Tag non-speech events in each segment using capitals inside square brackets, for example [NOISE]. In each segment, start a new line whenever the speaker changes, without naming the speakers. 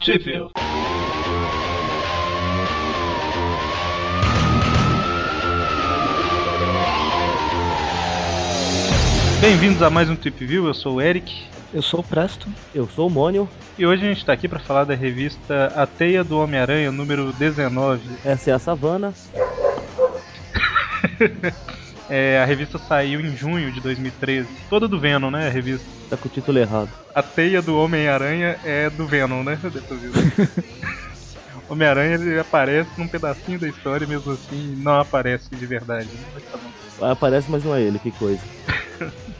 Sheffield. Bem-vindos a mais um Trip View, eu sou o Eric.
Eu sou o Presto. Eu sou o Mônio.
E hoje a gente está aqui para falar da revista A Teia do Homem-Aranha, número 19.
Essa é a Savana.
É, a revista saiu em junho de 2013. Toda do Venom, né? A revista.
Tá com o título errado.
A teia do Homem-Aranha é do Venom, né? [LAUGHS] Dessa vez. Homem-Aranha ele aparece num pedacinho da história e mesmo assim não aparece de verdade. né? Mas tá bom.
Aparece, mas não é ele, que coisa.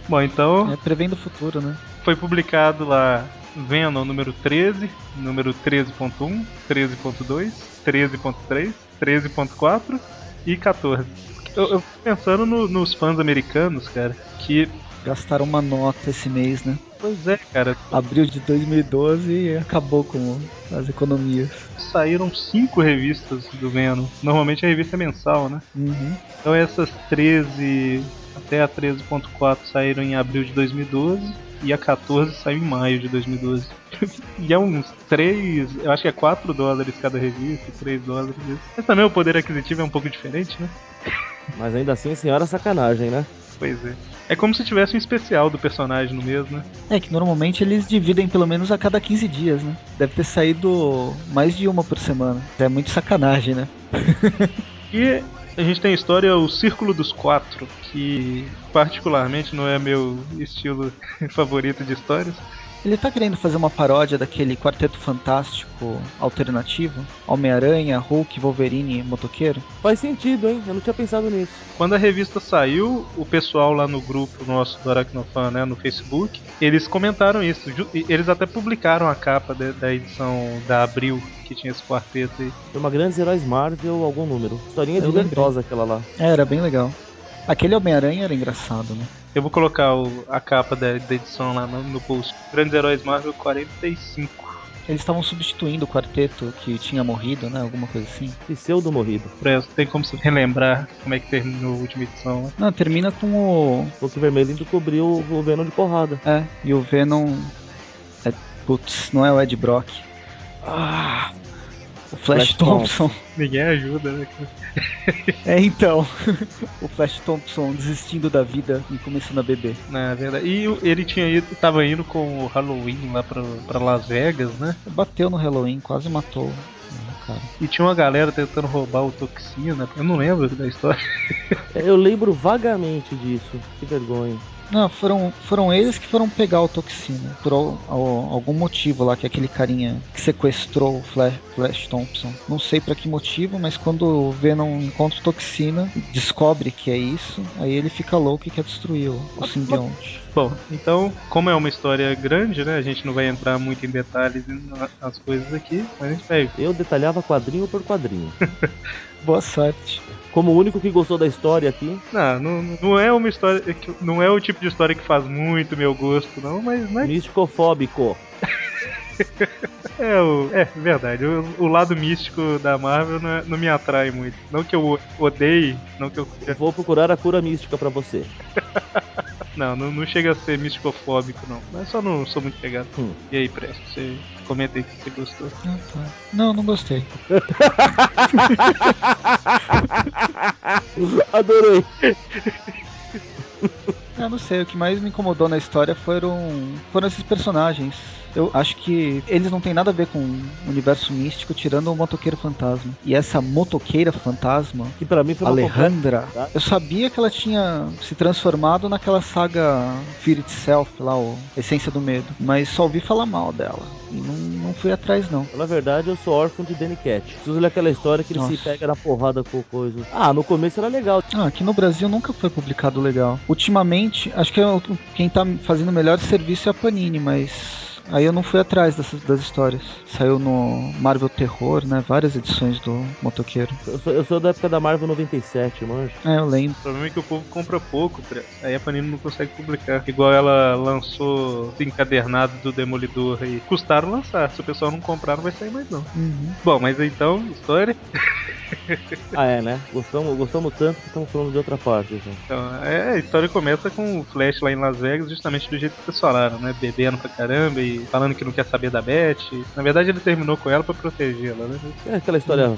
Bom, então
É, prevendo o futuro, né?
foi publicado lá Venom número 13, número 13.1, 13.2, 13.3, 13.4 e 14. Eu, eu fico pensando no- nos fãs americanos, cara, que.
Gastaram uma nota esse mês, né?
Pois é, cara,
Abril de 2012 e acabou com as economias.
saíram cinco revistas do Venom. Normalmente a revista é mensal, né?
Uhum.
Então essas 13 até a 13.4 saíram em abril de 2012 e a 14 saiu em maio de 2012. [LAUGHS] e é uns 3, eu acho que é 4 dólares cada revista, 3 dólares. isso. Mas também o poder aquisitivo é um pouco diferente, né?
Mas ainda assim, senhora sacanagem, né?
Pois é. É como se tivesse um especial do personagem no mesmo, né?
É que normalmente eles dividem pelo menos a cada 15 dias, né? Deve ter saído mais de uma por semana. É muito sacanagem, né?
E a gente tem a história O Círculo dos Quatro, que particularmente não é meu estilo [LAUGHS] favorito de histórias.
Ele tá querendo fazer uma paródia daquele quarteto fantástico alternativo? Homem-Aranha, Hulk, Wolverine e Motoqueiro?
Faz sentido, hein? Eu não tinha pensado nisso.
Quando a revista saiu, o pessoal lá no grupo nosso do Aracnofan, né, no Facebook, eles comentaram isso. Ju- e Eles até publicaram a capa de- da edição da Abril, que tinha esse quarteto aí.
Foi uma grande heróis Marvel, algum número. Historinha
Eu
divertosa aquela lá.
É, era bem legal. Aquele Homem-Aranha era engraçado, né?
Eu vou colocar o- a capa da, da edição lá no, no post. Grandes Heróis Marvel 45.
Eles estavam substituindo o quarteto que tinha morrido, né? Alguma coisa assim.
Pseudo morrido.
Presto, tem como se relembrar como é que terminou a última edição, né?
Não, termina com o.
Hulk vermelho indo cobrir o o Venom de porrada.
É, e o Venom. É, putz, não é o Ed Brock. Ah! O Flash,
Flash
Thompson. [LAUGHS]
Ninguém ajuda, né? cara?
É então. [LAUGHS] o Flash Thompson desistindo da vida e começando a beber.
Na é verdade. E o- ele tinha ido, tava indo com o Halloween lá pra, pra Las Vegas, né?
Bateu no Halloween, quase matou né, o cara.
E tinha uma galera tentando roubar o Toxina. né? Eu não lembro da história.
É, Eu lembro vagamente disso. Que vergonha.
Não, foram, foram eles que foram pegar o Toxina. Por al- al- algum motivo lá, que é aquele carinha que sequestrou o Flash, Flash Thompson. Não sei pra que motivo, mas quando o Venom encontra o Toxina, descobre que é isso, aí ele fica louco e quer destruir o, o simbionte.
Bom, então, como é uma história grande, né? A gente não vai entrar muito em detalhes na- nas coisas aqui, mas a gente vai.
Eu detalhava quadrinho por quadrinho.
Boa sorte.
Como o único que gostou da história aqui,
Não, não, não é uma história. que- Não é o tipo de história que faz muito meu gosto, não, mas né,
místicofóbico.
é o. É, verdade. O, o lado místico da Marvel não, é- não me atrai muito. Não que eu odeie, não que eu.
Vou procurar a cura mística pra você.
Não, não, não chega a ser místicofóbico, não. Mas só não sou muito pegado.
Hum.
E aí, Presto, você comenta aí se você gostou.
Ah, tá. Não, não gostei.
Adorei.
Eu não sei, o que mais me incomodou na história foram, foram esses personagens. Eu acho que eles não têm nada a ver com o universo místico, tirando o motoqueiro fantasma. E essa motoqueira fantasma
Que pra mim foi uma
Alejandra.
completa-
Eu sabia que ela tinha se transformado naquela saga Fear Itself, lá, o Essência do Medo. Mas só ouvi falar mal dela. E não, não fui atrás, não.
Na verdade, eu sou órfão de Danny Cat. Preciso ler aquela história que ele se
Nossa.
pega na porrada com o coisa. Ah, no começo era legal.
Ah, aqui no Brasil nunca foi publicado legal. Ultimamente, acho que eu- quem tá fazendo o melhor serviço é a Panini, mas. Aí eu não fui atrás dessas, das histórias. Saiu no Marvel Terror, né? Várias edições do Motoqueiro.
Eu sou, eu sou da época da Marvel 97, manja.
É, eu lembro.
O problema é que o povo compra pouco, Presto. Aí a Panini não consegue publicar. Igual ela lançou esse encadernado do Demolidor aí. Custaram lançar. Se o pessoal não comprar, não vai sair mais não.
Uhum.
Bom, mas então, história.
Ah, é, né? Gostamos, gostamos tanto que estamos falando de outra parte. Assim.
Então, é, a história começa com o Flash lá em Las Vegas, justamente do jeito que vocês falaram, né? Bebendo pra caramba e falando que não quer saber da Beth. Na verdade, ele terminou com ela pra protegê-la, né?
É aquela história
Hum.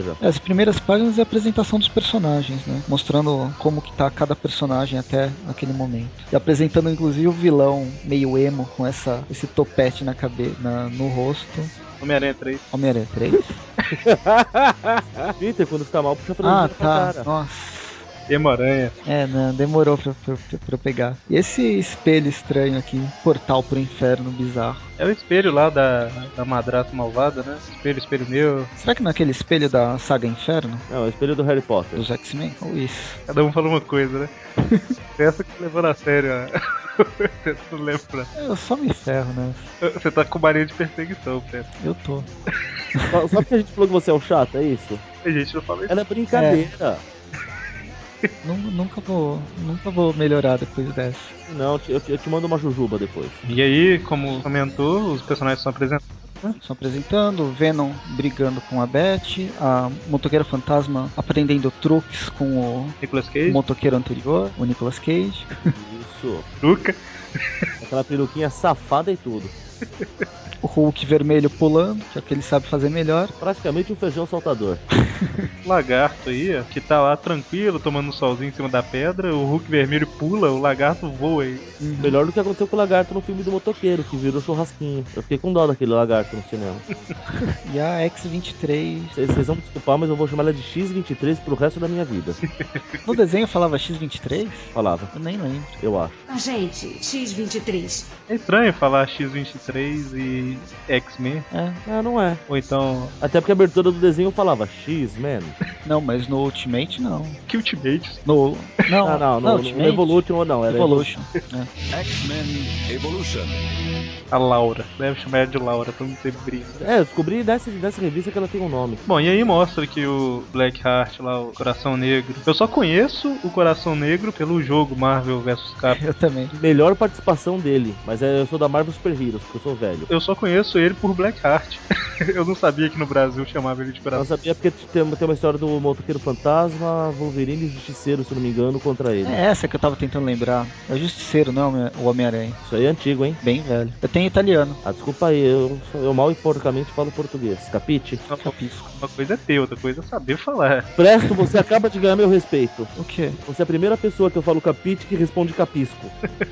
[LAUGHS]
já.
As primeiras páginas é a apresentação dos personagens, né? Mostrando como que tá cada personagem até aquele momento. E apresentando inclusive o vilão meio emo com essa, esse topete na cabe na, no rosto.
Homem-Aranha 3.
Homem-Aranha 3?
Peter, quando ficar mal, puxa pra
ah,
é pra
tá.
cara.
Nossa.
Demoranha.
É, não, demorou pra, pra, pra eu pegar. E esse espelho estranho aqui, portal pro inferno bizarro.
É o espelho lá da, da madrasta malvada, né? Espelho, espelho meu.
Será que naquele espelho da saga Inferno?
Não, é o espelho do Harry Potter.
Dos X-Men? Ou isso?
Cada um fala uma coisa, né? Essa que levou a sério, ó. [LAUGHS] Tento lembrar.
Eu só me ferro, né?
Você tá com mania de perseguição, Pedro.
Eu tô.
Só, só porque a gente falou que você é o chato, é isso?
A gente não fala isso.
Era brincadeira.
É. Nu- nunca vou. Nunca vou melhorar depois dessa.
Não, eu te- eu te, eu te mando uma
[LAUGHS]
jujuba depois.
E aí, como comentou, os personagens são apresentados.
Só apresentando, o Venom brigando com a Beth, a motoqueira fantasma aprendendo truques com o
Nicolas Cage,
motoqueiro anterior, o Nicolas Cage.
Isso.
Luca,
Aquela peruquinha safada e tudo.
O Hulk vermelho pulando, que é o que ele sabe fazer melhor.
Praticamente um feijão saltador.
lagarto aí, ó, que tá lá tranquilo, tomando um solzinho em cima da pedra, o Hulk vermelho pula, o lagarto voa aí.
Melhor do que aconteceu com o lagarto no filme do motoqueiro, que virou churrasquinho. Eu fiquei com dó daquele lagarto no cinema.
E a X-23
Vocês vocês vão me desculpar, mas eu vou chamar ela de X23 pro resto da minha vida.
No desenho falava X23?
Falava,
Eu nem lembro.
eu acho.
A gente, X23.
É estranho falar X-23 e X-Men,
É.
Ah, não é.
ou então
Até porque a abertura do desenho falava X-Men.
Não, mas no Ultimate não.
que Ultimates.
No. Não,
Ah, não,
no
não, no,
Ultimate.
no Evolution não,
[LAUGHS]
era
Evolution.
X-Men Evolution.
A Laura, deve chamar ela de Laura pra não ter briga.
É, eu descobri nessa, nessa revista que ela tem um nome.
Bom, e aí mostra que o Blackheart lá, o Coração Negro. Eu só conheço o Coração Negro pelo jogo Marvel vs Capcom.
Eu também.
Melhor participação dele, mas é, eu sou da Marvel Super Heroes, porque eu sou velho.
Eu só conheço ele por Blackheart. [LAUGHS] Eu não sabia que no Brasil chamava ele de
Eu não
Coração
sabia porque tem, tem uma história do motoqueiro fantasma, Wolverine e Justiceiro, se não me engano, contra ele.
É essa que eu tava tentando lembrar. É o Justiceiro, não é o Homem- o Homem-Aranha.
Isso aí é antigo, hein?
Bem velho. Eu tenho italiano.
Ah, desculpa aí, eu, eu mal e porcamente falo português, capite?
Capisco.
Uma coisa é ter, outra coisa é saber falar.
Presto, você acaba de ganhar meu respeito.
O quê?
Você é a primeira pessoa que eu falo capite que responde capisco.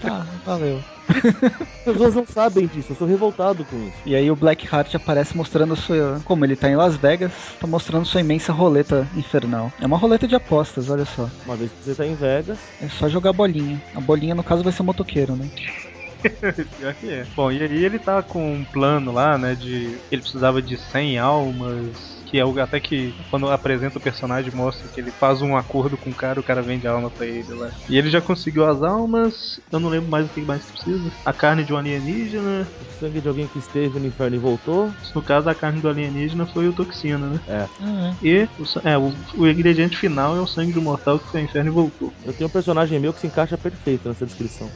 Tá, valeu.
As pessoas não sabem disso, eu sou revoltado com isso.
E aí o Blackheart aparece mostrando sua. Como ele tá em Las Vegas, tá mostrando sua imensa roleta infernal. É uma roleta de apostas, olha só.
Uma vez que você tá em Vegas,
É só jogar bolinha. A bolinha, no caso, vai ser o motoqueiro, né?
Pior que é. Bom, e aí ele tá com um plano lá, né? De. Ele precisava de 100 almas. Que é o até que quando apresenta o personagem mostra que ele faz um acordo com o cara, o cara vende a alma pra ele lá. E ele já conseguiu as almas, eu não lembro mais o que mais que precisa. A carne de um alienígena.
o sangue de alguém que esteve no inferno e voltou,
No caso, a carne do alienígena foi o toxina, né?
Ah, é.
E o, sa- é, o, o ingrediente final é o sangue do mortal que foi ao inferno e voltou.
eu tenho um personagem meu que se encaixa perfeito nessa descrição.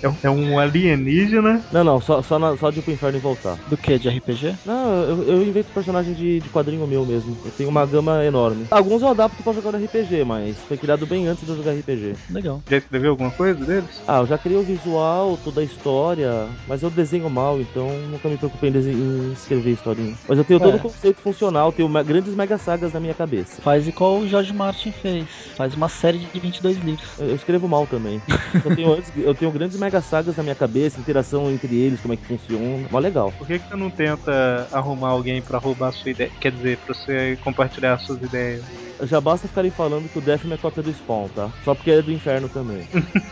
É um- É um alienígena
Não, não, só, só, na, só de ir pro inferno e voltar.
é. Do que? De RPG?
Não, eu, eu invento personagem de, de quadrinho meu mesmo. Eu tenho uma gama enorme. Alguns eu adapto pra jogar no RPG, mas foi criado bem antes de eu jogar RPG.
Legal.
Já escreveu alguma coisa deles?
Ah, eu já criei o visual, toda a história, mas eu desenho mal, então nunca me preocupei em, dese- em escrever historinha. Mas eu tenho todo
É.
o conceito funcional, tenho me- grandes mega sagas na minha cabeça.
Faz igual o George Martin fez. Faz uma série de 22 livros.
Eu eu escrevo mal também. Eu tenho, antes- [LAUGHS] eu tenho grandes mega sagas na minha cabeça, interação entre eles, como é que funciona. Mó legal.
Por que, que você não tenta arrumar alguém pra roubar a sua ideia? Quer dizer, pra você compartilhar as suas ideias.
Já basta ficarem falando que o Deathman é cópia do Spawn, tá? Só porque é do inferno também.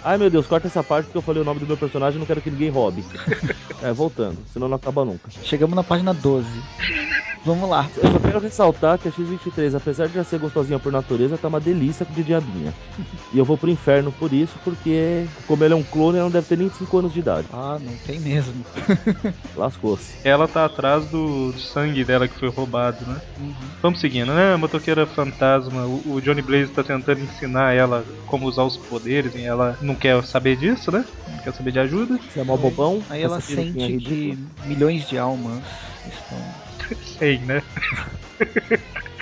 Ai meu Deus, corta essa parte porque eu falei o nome do meu personagem e não quero que ninguém roube. é, voltando, senão não acaba nunca.
Chegamos na página 12. Vamos lá.
Eu só quero ressaltar que a X23, apesar de já ser gostosinha por natureza, tá uma delícia de diabinha. E eu vou pro inferno por isso, porque como ela é um clone, ela não deve ter nem 5 anos de idade.
Ah, não tem mesmo.
Lascou-se.
Ela tá atrás do sangue dela que foi roubado, né?
Uhum.
Vamos seguindo, né? A motoqueira fantasma, o o Johnny Blaze tá tentando ensinar ela como usar os poderes e ela não quer saber disso, né? Não quer saber de ajuda.
Você é mó bobão?
Aí ela
essa peruquinha
sente
ridícula.
que milhões de almas Estão
Sei, né?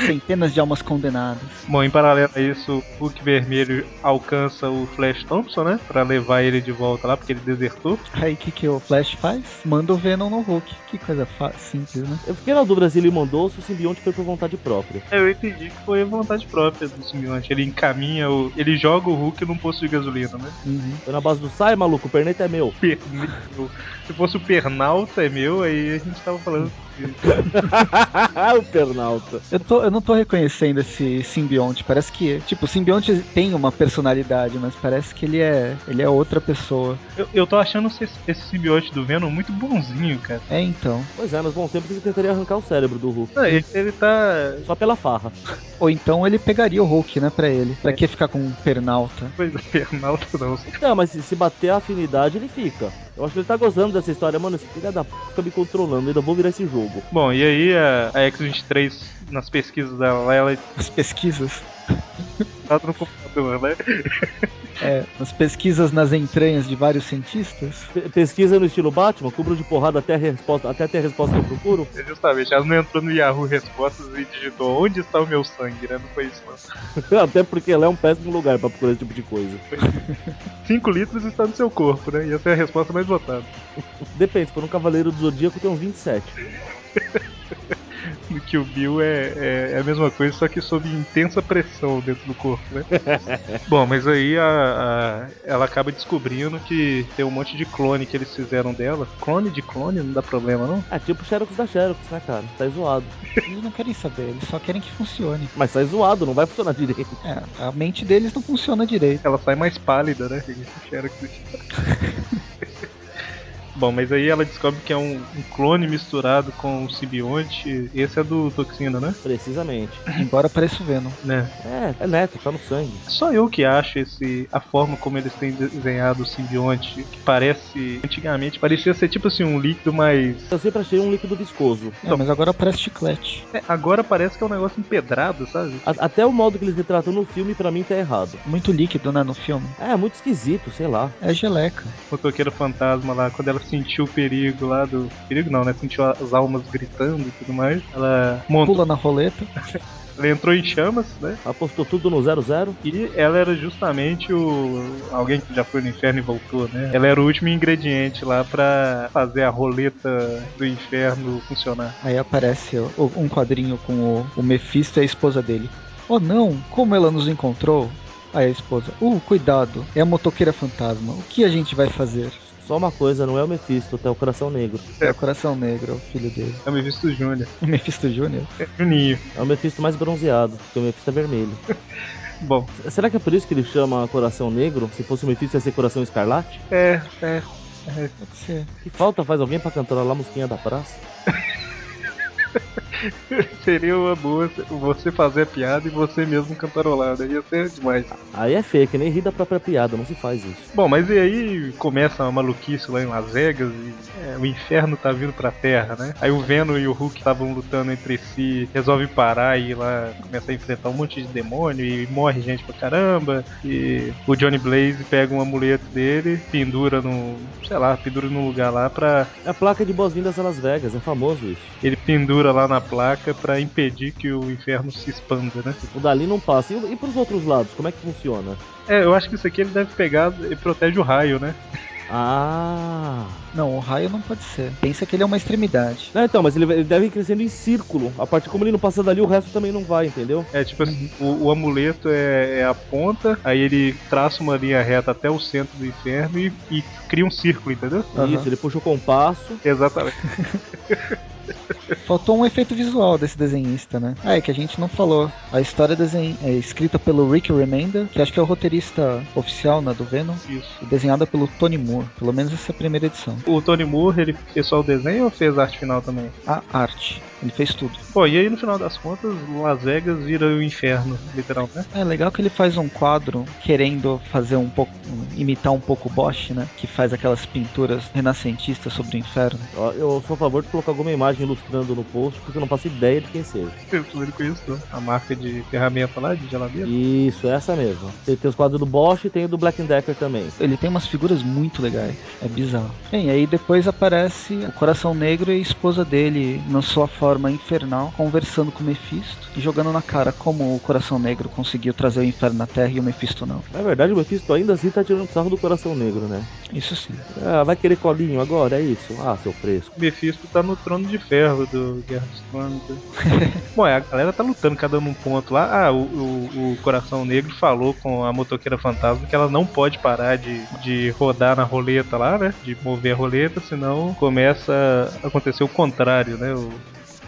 centenas de almas condenadas.
Bom, em paralelo a isso, o Hulk Vermelho alcança o Flash Thompson, né? Pra levar ele de volta lá, porque ele desertou.
Aí o que, que o Flash faz? Manda o Venom no Hulk. Que coisa fa- simples, né?
Eu fiquei na dúvida se ele mandou ou se o simbionte foi por vontade própria.
É, Eu entendi que foi vontade própria do simbionte. Ele encaminha o. Ele joga o Hulk num posto de gasolina, né?
Uhum.
Foi na base do sai, maluco, o perneta
[LAUGHS]
é meu.
Pernil. Se fosse o Pernalta é meu, aí a gente tava falando.
o pernalta.
Eu, tô, eu não tô reconhecendo esse simbionte. Parece que. Tipo, o simbionte tem uma personalidade, mas parece que ele é. ele é outra pessoa.
Eu, eu tô achando esse, esse simbionte do Venom muito bonzinho, cara.
É então.
Pois é, nos bons tempos ele tentaria arrancar o cérebro do Hulk.
Não, ele, ele tá.
Só pela farra.
Ou então ele pegaria o Hulk, né, pra ele. Pra que ficar com um pernalta?
Coisa é, [LAUGHS] Pernalta não.
Não, mas se, se bater a afinidade, ele fica. Eu acho que ele tá gozando dessa história. Mano, esse filho da p fica me controlando, ainda vou virar esse jogo.
Bom, e aí a, a X23, nas pesquisas dela, lá, ela
As pesquisas.
tá no computador, né?
É, as pesquisas nas entranhas de vários cientistas.
Pe- pesquisa no estilo Batman, cubro de porrada até, a resposta, até ter a resposta que eu procuro. [LAUGHS]
É Justamente, ela não entrou no Yahoo Respostas e digitou onde está o meu sangue, né? Não foi isso, não.
Até porque lá é um péssimo lugar pra procurar esse tipo de coisa.
5 litros está no seu corpo, né? Ia ser a resposta mais votada.
Depende, se for um Cavaleiro do Zodíaco, tem um 27.
E Que o Bill é, é, é a mesma coisa, só que sob intensa pressão dentro do corpo, né? Bom, mas aí a- a- ela acaba descobrindo que tem um monte de clone que eles fizeram dela. Clone de clone não dá problema, não?
É tipo Xerox da Xerox, né, cara? Tá zoado.
Eles não querem saber, eles só querem que funcione.
Mas tá zoado, não vai funcionar [LAUGHS] direito.
É, a mente deles não funciona direito.
Ela sai mais pálida, né? Tem esse Xerox aqui. Bom, mas aí ela descobre que é um, um clone misturado com o simbionte. Esse é do Toxina, né?
Precisamente.
Embora pareça o Venom.
Né?
É, é neto, tá no sangue.
Só eu que acho esse a forma como eles têm desenhado o simbionte, que parece antigamente parecia ser tipo assim um líquido mais
Eu sempre achei um líquido viscoso.
É, mas agora parece chiclete.
é, agora parece que é um negócio empedrado, sabe?
A- até o modo que eles retratam no filme, pra mim, tá errado.
Muito líquido, né, no filme.
É, muito esquisito, sei lá.
É geleca.
A motoqueira fantasma lá, quando ela sentiu o perigo lá do perigo não, né? Sentiu as almas gritando e tudo mais, ela montou,
Pula na roleta.
ela entrou em chamas, né?
Apostou tudo no 00.
E ela era justamente o alguém que já foi no inferno e voltou, né? Ela era o último ingrediente lá pra fazer a roleta do inferno funcionar.
Aí aparece ó, o- um quadrinho com o, o Mephisto e a esposa dele. Oh não, como ela nos encontrou? Aí a esposa, uh, cuidado, é a motoqueira fantasma. O que a gente vai fazer?
Só uma coisa, não é o Mephisto, é o Coração Negro.
É o Coração Negro, é o filho dele. [LAUGHS]
Eu me visto Júnior.
O Mephisto Jr.
Juninho.
É o Mephisto mais bronzeado, porque o Mephisto é vermelho.
Bom,
S- Será que é por isso que ele chama Coração Negro? Se fosse o Mephisto, ia ser Coração Escarlate?
É, é. [LAUGHS]
Pode ser.
Que falta faz alguém pra cantar lá a musiquinha da praça?
Seria uma boa se- você fazer a piada e você mesmo cantarolar, né? Ia ser demais.
Aí é feio, que nem ri da própria piada, não se faz isso.
Bom, mas e aí começa uma maluquice lá em Las Vegas e é, o inferno tá vindo pra terra, né? Aí o Venom e o Hulk estavam lutando entre si, resolve parar e ir lá começa a enfrentar um monte de demônio e morre gente pra caramba. E o Johnny Blaze pega um amuleto dele, pendura num, sei lá, pendura num lugar lá pra
É a placa de boas-vindas a Las Vegas, é famoso isso.
ele pendura lá na placa pra impedir que o inferno se expanda, né?
O Tipo, dali não passa. E, e pros outros lados, como é que funciona?
É, eu acho que isso aqui ele deve pegar e protege o raio, né?
Ah.
Não, o raio não pode ser. Pensa que ele é uma extremidade.
Não, então, mas ele, ele deve ir crescendo em círculo. A partir como ele não passa dali, o resto também não vai, entendeu?
É tipo assim, o, o amuleto é, é a ponta, aí ele traça uma linha reta até o centro do inferno e, e cria um círculo, entendeu?
Aham.
Isso, ele puxa o compasso.
Exatamente.
Faltou um efeito visual desse desenhista, né? Ah, é que a gente não falou. A história desen- é escrita pelo Rick Remender, que acho que é o roteirista oficial né, do Venom,
Isso.
e desenhada pelo Tony Moore, pelo menos essa primeira edição.
O Tony Moore, ele fez só o desenho ou fez a arte final também?
A arte. Ele fez tudo.
Pô, e aí no final das contas, Las Vegas vira o inferno, literal, né?
É legal que ele faz um quadro querendo fazer um pouco. imitar um pouco o Bosch, né? Que faz aquelas pinturas renascentistas sobre o inferno.
Ó, Eu sou a favor de colocar alguma imagem ilustrando no post, porque eu não faço ideia de quem seja.
Eu tô com isso, né? não. A marca de ferramenta lá, de geladeira.
Isso, essa mesmo. Tem, tem os quadros do Bosch e tem o do Black Decker também.
Ele tem umas figuras muito legais. É bizarro. Bem, aí depois aparece o Coração Negro e a esposa dele, na sua forma infernal, conversando com o Mephisto e jogando na cara como o Coração Negro conseguiu trazer o inferno na Terra e o Mephisto não.
Na verdade, o Mephisto ainda assim tá tirando sarro do coração negro, né?
Isso sim.
Ah, vai querer colinho agora? É isso? Ah, seu fresco.
O Mephisto tá no trono de ferro do Guerra dos Tronos. né? [LAUGHS] Bom, é, a galera tá lutando, cada um num ponto lá. Ah, o, o- o Coração Negro falou com a motoqueira fantasma que ela não pode parar de, de rodar na roleta lá, né? De mover a roleta, senão começa a acontecer o contrário, né? O-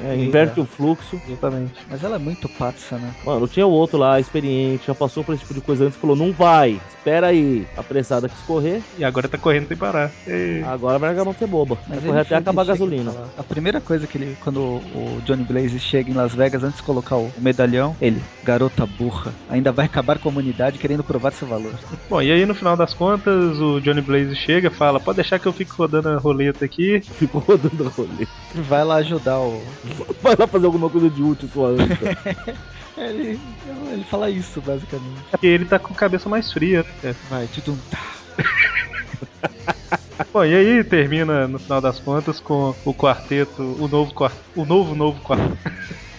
É, inverte o fluxo.
Exatamente.
Mas ela é muito patsa, né?
Mano, tinha o outro lá, experiente, já passou por esse tipo de coisa antes, falou, não vai, espera aí. Apressada que escorrer,
E agora tá correndo sem parar. E...
agora vai largar a mão de ser boba. Vai
Mas
correr
ele
até
chega-
acabar a
ele chega
gasolina.
e fala- A primeira coisa que ele, quando o Johnny Blaze chega em Las Vegas, antes de colocar o medalhão, ele, garota burra, ainda vai acabar com a humanidade querendo provar seu valor.
Bom, e aí no final das contas, o Johnny Blaze chega fala: pode deixar que eu fico rodando a roleta aqui.
[LAUGHS] Ficou rodando rolê.
[LAUGHS] Vai lá ajudar o.
Vai lá fazer alguma coisa de útil, sua anta. [LAUGHS]
Ele, ele fala isso, basicamente.
E ele tá com a cabeça mais fria, né? cara?
Vai, tudum, tá.
Bom, e aí termina no final das contas com o quarteto, o novo quarteto, o novo novo quarteto.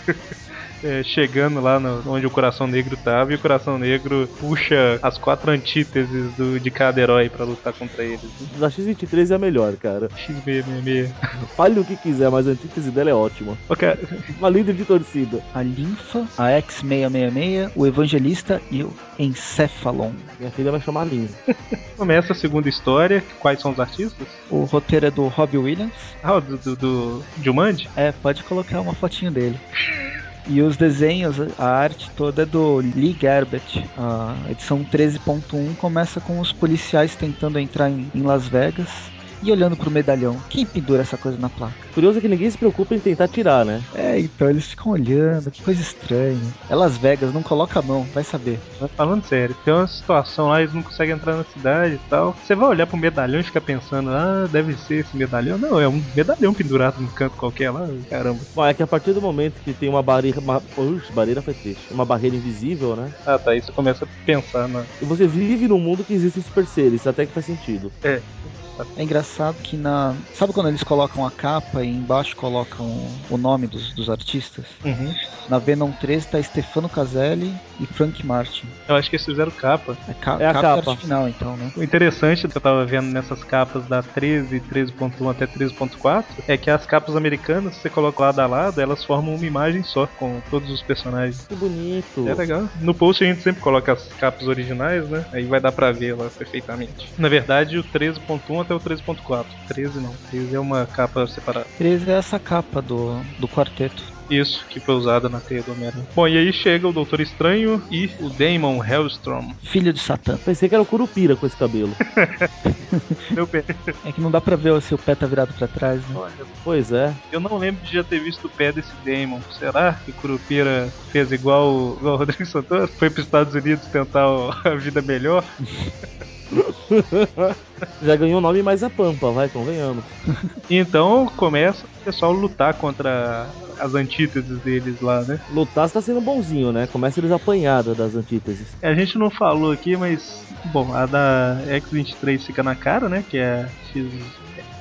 [LAUGHS] É, chegando lá no- onde o Coração Negro tava, e o Coração Negro puxa as quatro antíteses do- de cada herói pra lutar contra eles. né?
Da X23 é a melhor, cara.
XMMM.
Fale o que quiser, mas a antítese dela é ótima.
Ô, cara,
Uma líder de torcida.
A linfa, a X666, o evangelista e o encefalon.
Minha filha vai chamar Lin.
Começa a segunda história. Quais são os artistas?
O roteiro é do Robbie Williams.
Ah, o do, do, do Jumanji?
É, pode colocar uma fotinho dele. E os desenhos, a arte toda é do Lee Gerbert. A edição 13.1 começa com os policiais tentando entrar em, em Las Vegas e olhando pro medalhão. Quem pendura essa coisa na placa?
Curioso é que ninguém se preocupa em tentar tirar, né?
É, então eles ficam olhando, que coisa estranha. É Las Vegas, não coloca a mão, vai saber.
Mas falando sério, tem uma situação lá, eles não conseguem entrar na cidade e tal. Você vai olhar pro medalhão e fica pensando, ah, deve ser esse medalhão. Não, é um medalhão pendurado num canto qualquer lá, caramba.
Bom, é que a partir do momento que tem uma barreira. Uma... Ux, barreira foi triste. Uma barreira invisível, né?
Ah, tá, aí você começa a pensar na.
E você vive num mundo que existem super seres, até que faz sentido.
É engraçado que na. Sabe quando eles colocam a capa e embaixo colocam o- o nome dos, dos artistas?
Uhum.
Na Venom 3 tá Stefano Caselli e Frank Martin.
Eu acho que eles fizeram capa.
É, ca
É a
capa, e
capa.
arte final, então, né?
O interessante que eu tava vendo nessas capas da 13, 13.1 até 13.4 é que as capas americanas, se você coloca lado a lado, elas formam uma imagem só com todos os personagens.
Que bonito.
É legal. No post a gente sempre coloca as capas originais, né? Aí vai dar pra ver lá perfeitamente. Na verdade, o 13.1 até o 13.4. 13 não. 13 é uma capa separada.
13 é essa capa do, do quarteto.
Isso que foi usada na teia do Homem-Aranha. Bom, e aí chega o Doutor Estranho e o Damon Hellstrom.
Filho de Satã.
Pensei que era o Curupira com esse cabelo.
Meu pé.
É que não dá pra ver se o pé tá virado pra trás, né?
Olha,
pois é.
[LAUGHS] eu não lembro de já ter visto o pé desse Damon. Será que o Curupira fez igual, o- igual o Rodrigo Santoro? Foi pros Estados Unidos tentar o- [LAUGHS] a vida melhor?
Já ganhou o nome mais a Pampa, vai, convenhamos.
Então começa o pessoal lutar contra as antíteses deles lá, né?
Lutar você tá sendo bonzinho, né? Começa eles apanhada das antíteses.
A gente não falou aqui, mas. Bom, a da X23 fica na cara, né? Que é a X.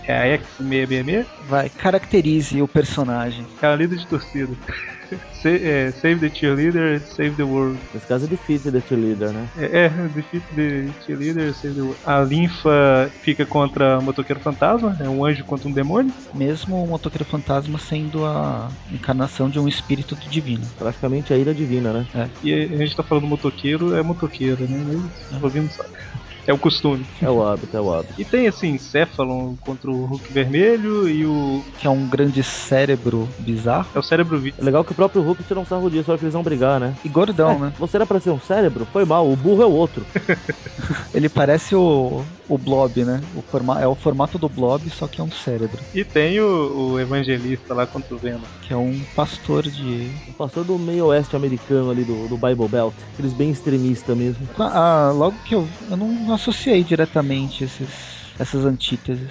É a X666.
Vai, caracterize o personagem.
É a líder de torcida. Sa- é, save the cheerleader, save the world.
Nesse caso é difícil de cheerleader, né?
É, é, defeat the cheerleader, save the world. A linfa fica contra o motoqueiro fantasma, é um anjo contra um demônio.
Mesmo o motoqueiro fantasma sendo a encarnação de um espírito do divino.
Praticamente a ira divina, né?
E a gente tá falando motoqueiro, é motoqueiro, né? Mas o ouvinte não sabe. É o costume.
É o hábito, é o hábito.
E tem esse encéfalo contra o Hulk vermelho e o.
Que é um grande cérebro bizarro.
É o cérebro vi.
É legal que o próprio Hulk tira um sarro disso, olha que eles vão brigar, né?
E gordão,
[LAUGHS]
né?
Você era pra ser um cérebro? Foi mal, o burro é o outro.
Ele parece o, o Blob, né? O forma, é o formato do Blob, só que é um cérebro.
E tem o, o evangelista lá contra o Venom.
Que é um pastor de.
O pastor do meio oeste americano ali, do, do Bible Belt. Aqueles bem extremista mesmo.
Ah, logo que eu. Eu não associei diretamente esses, essas antíteses.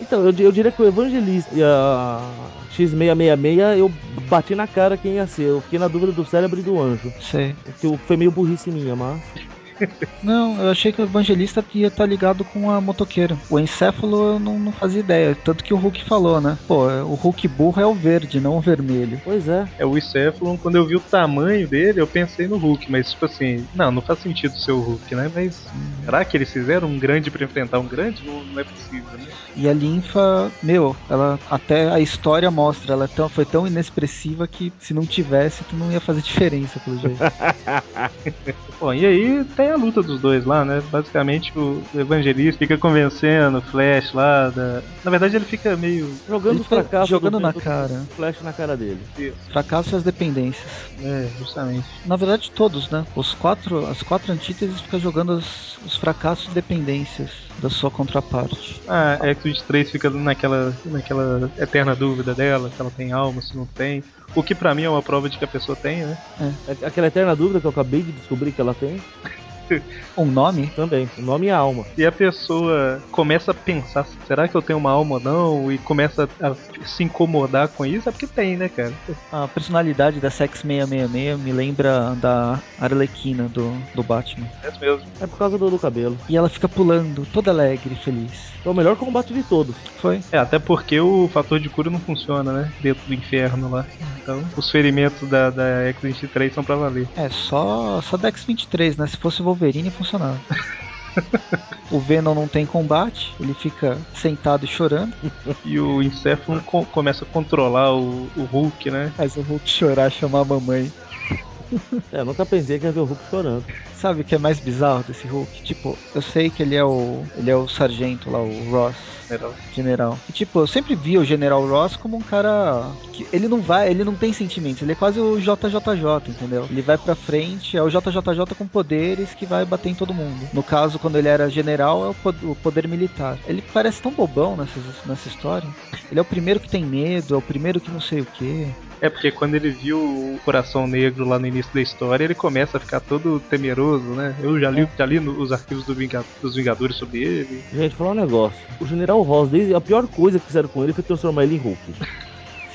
Então, eu, di- eu diria que o Evangelista e a X666 eu bati na cara quem ia ser. Eu fiquei na dúvida do cérebro e do anjo.
Sei.
Que eu- foi meio burrice minha, mas.
Não, eu achei que o evangelista ia estar ligado com a motoqueira. O encéfalo eu não, não fazia ideia. Tanto que o Hulk falou, né? Pô, o Hulk burro é o verde, não o vermelho.
Pois é.
É o Icefalon, quando eu vi o tamanho dele, eu pensei no Hulk, mas tipo assim, não, não faz sentido ser o Hulk, né? Mas será que eles fizeram um grande pra enfrentar um grande? Não, não é possível, né?
E a linfa, meu, ela até a história mostra, ela é tão- foi tão inexpressiva que se não tivesse, tu não ia fazer diferença pelo jeito.
Bom, e aí tem a luta dos dois lá, né? Basicamente o evangelista fica convencendo o Flash lá da. Na verdade ele fica meio.
Jogando
Ele
os
fica
fracassos.
jogando
do-
na
do-
cara.
Flash na cara dele.
Fracasso e as dependências.
É, justamente.
Na verdade, todos, né? Os quatro, as quatro antíteses ficam jogando os, os fracassos e dependências da sua contraparte.
Ah, a X-23 fica naquela, naquela eterna dúvida dela, se ela tem alma, se não tem. O que pra mim é uma prova de que a pessoa tem, né?
É Aquela eterna dúvida que eu acabei de descobrir que ela tem
Um nome?
também. O nome é alma.
E a pessoa começa a pensar, será que eu tenho uma alma ou não? E começa a se incomodar com isso, é porque tem, né, cara?
A personalidade da Sex 666 me lembra da Arlequina do, do Batman.
É isso mesmo.
É por causa do, do cabelo.
E ela fica pulando, toda alegre, feliz.
É o melhor combate de todos.
Foi?
É, até porque o fator de cura não funciona, né? Dentro do inferno lá. Então, os ferimentos da, da X-23 são pra valer.
É, só, só Dex 23, né? Se fosse o Wolverine, funcionava. [LAUGHS] o Venom não tem combate, ele fica sentado e chorando.
E o Encephalon co- começa a controlar o, o Hulk, né?
Mas o Hulk chorar chamar a mamãe.
É, eu nunca pensei que ia ver o Hulk chorando.
Sabe o que é mais bizarro desse Hulk? Tipo, eu sei que ele é o. ele é o sargento lá, o Ross, general. E tipo, eu sempre vi o General Ross como um cara que ele não vai, ele não tem sentimentos, ele é quase o JJJ, entendeu? Ele vai pra frente, é o JJJ com poderes que vai bater em todo mundo. No caso, quando ele era general, é o pod- o poder militar. Ele parece tão bobão nessas, nessa história. Ele é o primeiro que tem medo, é o primeiro que não sei o quê.
É porque quando ele viu o Coração Negro lá no início da história, ele começa a ficar todo temeroso, né? Eu já li, já li no- os arquivos do Vinga- dos Vingadores sobre ele.
Gente, falar um negócio. O General Ross, desde a pior coisa que fizeram com ele foi transformar ele em Hulk.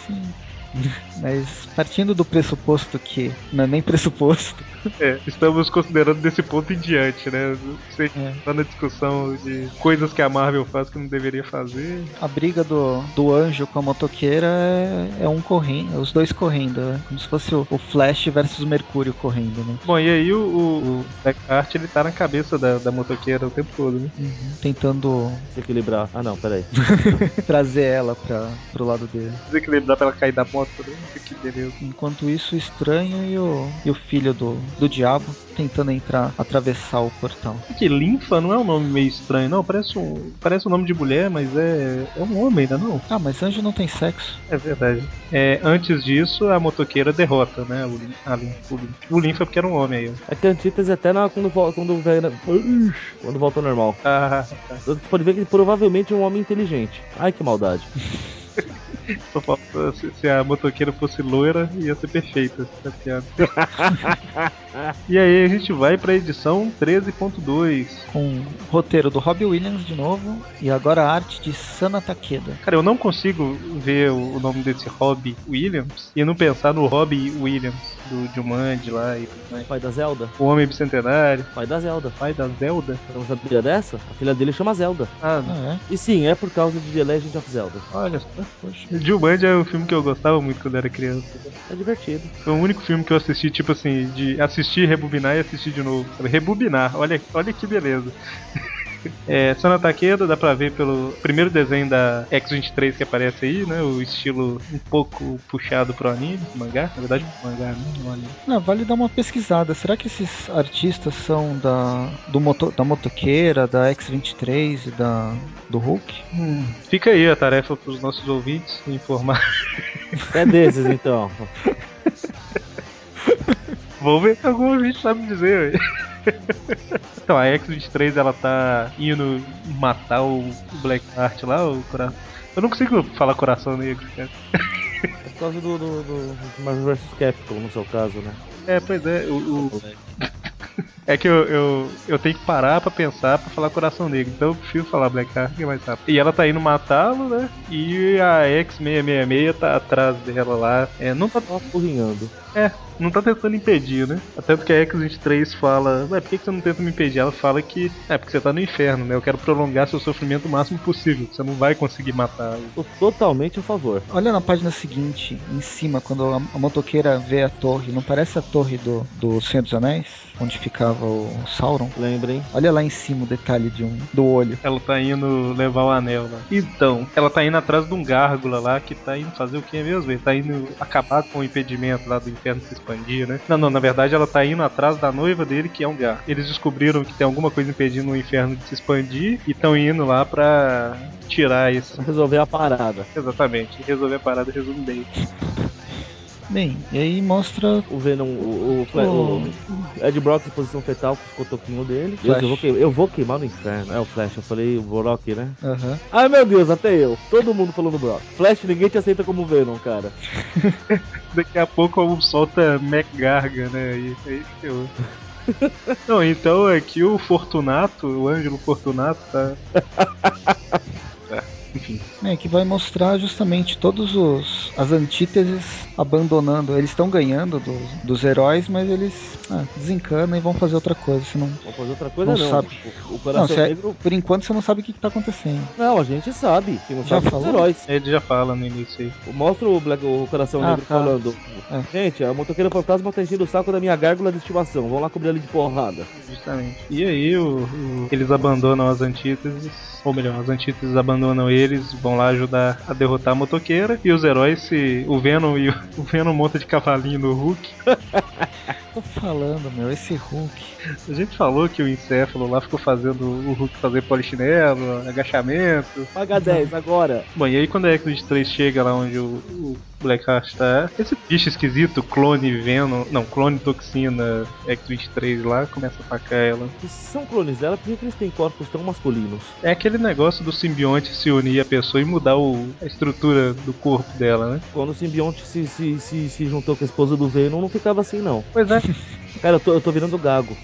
Sim. Mas partindo do pressuposto que. Não é nem pressuposto.
É, estamos considerando desse ponto em diante, né? Você
É.
tá na discussão de coisas que a Marvel faz que não deveria fazer.
A briga do, do anjo com a motoqueira é, é um correndo, é os dois correndo, né? Como se fosse o, o Flash versus o Mercúrio correndo, né?
Bom, e aí o, o, o Blackheart, ele tá na cabeça da, da motoqueira o tempo todo, né?
Tentando [LAUGHS]
Se equilibrar. Ah, não, peraí.
trazer ela pra, pro lado dele.
Desequilibrar pra ela cair da moto, né? Que beleza.
Enquanto isso, o estranho e o, e o filho do, do diabo tentando entrar, atravessar o portal.
Que linfa não é um nome meio estranho, não. Parece um, parece um nome de mulher, mas é, é um homem, né? Não.
Ah, mas anjo não tem sexo.
É verdade. É, antes disso, a motoqueira derrota, né? O, Lin- a Lin- o, Lin- o Lin foi porque era um homem aí. ó.
É que a antítese até na, quando, vol- quando, velho- quando volta ao normal.
Ah,
Tanto que pode ver que ele provavelmente é um homem inteligente. Ai, que maldade.
só falta se, se a motoqueira fosse loira, ia ser perfeita essa piada. e aí a gente vai pra edição 13.2.
Com o roteiro do Robbie Williams de novo. E agora a arte de Sana Takeda.
Cara, eu não consigo ver o, o nome desse Robbie Williams e não pensar no Robbie Williams, do Jumanji lá e tudo mais.
Pai da Zelda?
O Homem Bicentenário,
Pai da Zelda.
pai da Zelda.
Você não sabia dessa? A filha dele chama Zelda.
Ah,
Ah,
E sim, é por causa de The Legend of Zelda.
olha só. Poxa. Jumanji é um filme que eu gostava muito quando era criança.
É divertido.
Foi o único filme que eu assisti, tipo assim, de assistir, rebobinar e assistir de novo. Sabe? Rebobinar, olha, olha que beleza. [LAUGHS]
é?
É, Sana Takeda, dá pra ver pelo primeiro desenho da X-23 que aparece aí, né? O estilo um pouco puxado pro anime, mangá. Na verdade, mangá, né? Não anime.
Ah, vale dar uma pesquisada. Será que esses artistas são da, do moto, da motoqueira, da X-23 e da, do Hulk?
Hum, Fica aí a tarefa pros nossos ouvintes informar. [LAUGHS]
É [LAUGHS] desses, então.
Vou ver se algum ouvinte sabe dizer, velho. [LAUGHS] Então, a X-23 ela tá indo matar o Blackheart lá, o coração. Eu não consigo falar coração negro, cara.
É por causa do, do, do Marvel vs Capcom, no seu caso, né?
É, pois é, o, o- É que eu, eu, eu tenho que parar pra pensar pra falar coração negro, então eu prefiro falar Blackheart que é mais rápido. E ela tá indo matá-lo, né? E a X666 tá atrás dela lá. É, não tá
Só porrinhando.
é, não tá tentando impedir, né? Até porque a X-23 fala, ué, por que que você não tenta me impedir? Ela fala que, é, porque você tá no inferno, né? Eu quero prolongar seu sofrimento o máximo possível, que você não vai conseguir matar. o-"
Tô totalmente a favor.
Olha na página seguinte, em cima, quando a, a motoqueira vê a torre. Não parece a torre do, do Senhor dos Anéis? Onde ficava o Sauron?
Lembrem,
Olha lá em cima o detalhe de um, do olho.
Ela tá indo levar o anel lá. Então, ela tá indo atrás de um gárgula lá que tá indo fazer o que mesmo? Ele tá indo acabar com o impedimento lá do inferno se expandir, né? Não, não, na verdade ela tá indo atrás da noiva dele que é um gárgula. Eles descobriram que tem alguma coisa impedindo o inferno de se expandir e estão indo lá pra tirar isso. [LAUGHS]
pra resolver a parada.
Exatamente, resolver a parada resume bem.
Bem, e aí mostra.
O Venom, o, o, Fle-
Oh.
o Ed Brock em posição fetal com os cotoquinhos dele.
Flash.
Deus, eu, vou queimar, eu vou queimar no inferno. É o Flash, eu falei o Brock, né?
Aham.
Ai meu Deus, até eu. Todo mundo falando Brock. Flash, ninguém te aceita como Venom, cara.
Daqui a pouco o solta MacGarga, né? E aí eu... Não, então aqui o Fortunato, o Ângelo Fortunato, tá. Tá, Enfim.
É, que vai mostrar justamente todos os as antíteses abandonando. Eles estão ganhando dos, dos heróis, mas eles ah, desencanam e vão fazer outra coisa. Você não,
Vamos fazer outra coisa,
Não
não. é
sabe.
O, o coração
Não, cê-
negro.
por enquanto você não sabe o que, que tá acontecendo.
Não, a gente sabe. Quem não
Já
sabe são os
falou?
heróis.
Ele já fala no início aí.
Mostra o, Black- o coração
Ah,
negro
tá.
falando.
É.
Gente, a motoqueira fantasma tá enchendo o saco da minha gárgula de estimação. Vão lá cobrir ele de porrada.
Justamente. E aí o- o- eles abandonam as antíteses, ou melhor, as antíteses abandonam eles, vão lá ajudar a derrotar a motoqueira, e os heróis se. O Venom e o, [LAUGHS] o Venom monta de cavalinho no Hulk.
Tô falando, meu, esse Hulk.
A gente falou que o encéfalo lá ficou fazendo o Hulk fazer polichinelo, agachamento.
Paga 10 agora.
Bom, e aí quando a X-23 chega lá onde o, o Blackheart tá, esse bicho esquisito, clone Venom, não, clone Toxina X-23 lá, começa a atacar ela.
Que são clones dela, por que que eles têm corpos tão masculinos?
É aquele negócio do simbionte se unir à pessoa e mudar o- a estrutura do corpo dela, né?
Quando o simbionte se, se, se, se juntou com a esposa do Venom, não ficava assim, não.
Pois é.
Cara, eu tô, eu tô virando gago.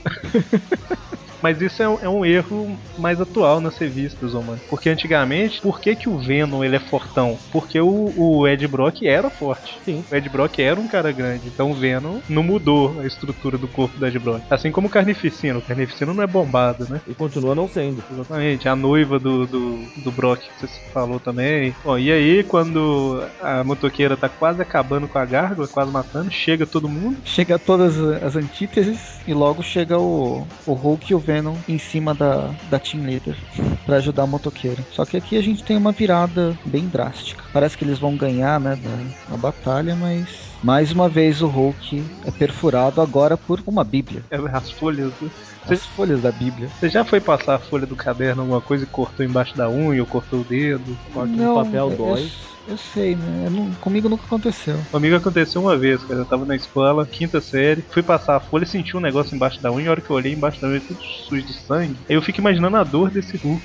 Mas isso é um, é um erro mais atual nas revistas, ô mano. Porque antigamente, por que, que o Venom ele é fortão? Porque o, o Ed Brock era forte.
Sim.
O Ed Brock era um cara grande, então o Venom não mudou a estrutura do corpo do Ed Brock. Assim como o Carnificino. O Carnificino não é bombado, né?
E continua não sendo.
Exatamente, a noiva do, do, do Brock que você falou também. Bom, e aí, quando a motoqueira tá quase acabando com a gárgula, quase matando, chega todo mundo.
Chega todas as antíteses e logo chega o, o Hulk e o Venom em cima da, da Team Leader [LAUGHS] pra ajudar a motoqueira. Só que aqui a gente tem uma virada bem drástica. Parece que eles vão ganhar, né, da, a batalha, mas mais uma vez o Hulk é perfurado agora por uma Bíblia.
As folhas. né?
As folhas da Bíblia.
Você já foi passar a folha do caderno alguma coisa e cortou embaixo da unha ou cortou o dedo?
Corte de um papel
eu-
dói.
Eu, eu sei, né? Eu não- comigo nunca aconteceu.
Comigo aconteceu uma vez, cara. Eu tava na escola, quinta série, fui passar a folha e senti um negócio embaixo da unha. E a hora que eu olhei embaixo da unha, tudo sujo de sangue. Aí eu fico imaginando a dor desse [LAUGHS] Hulk.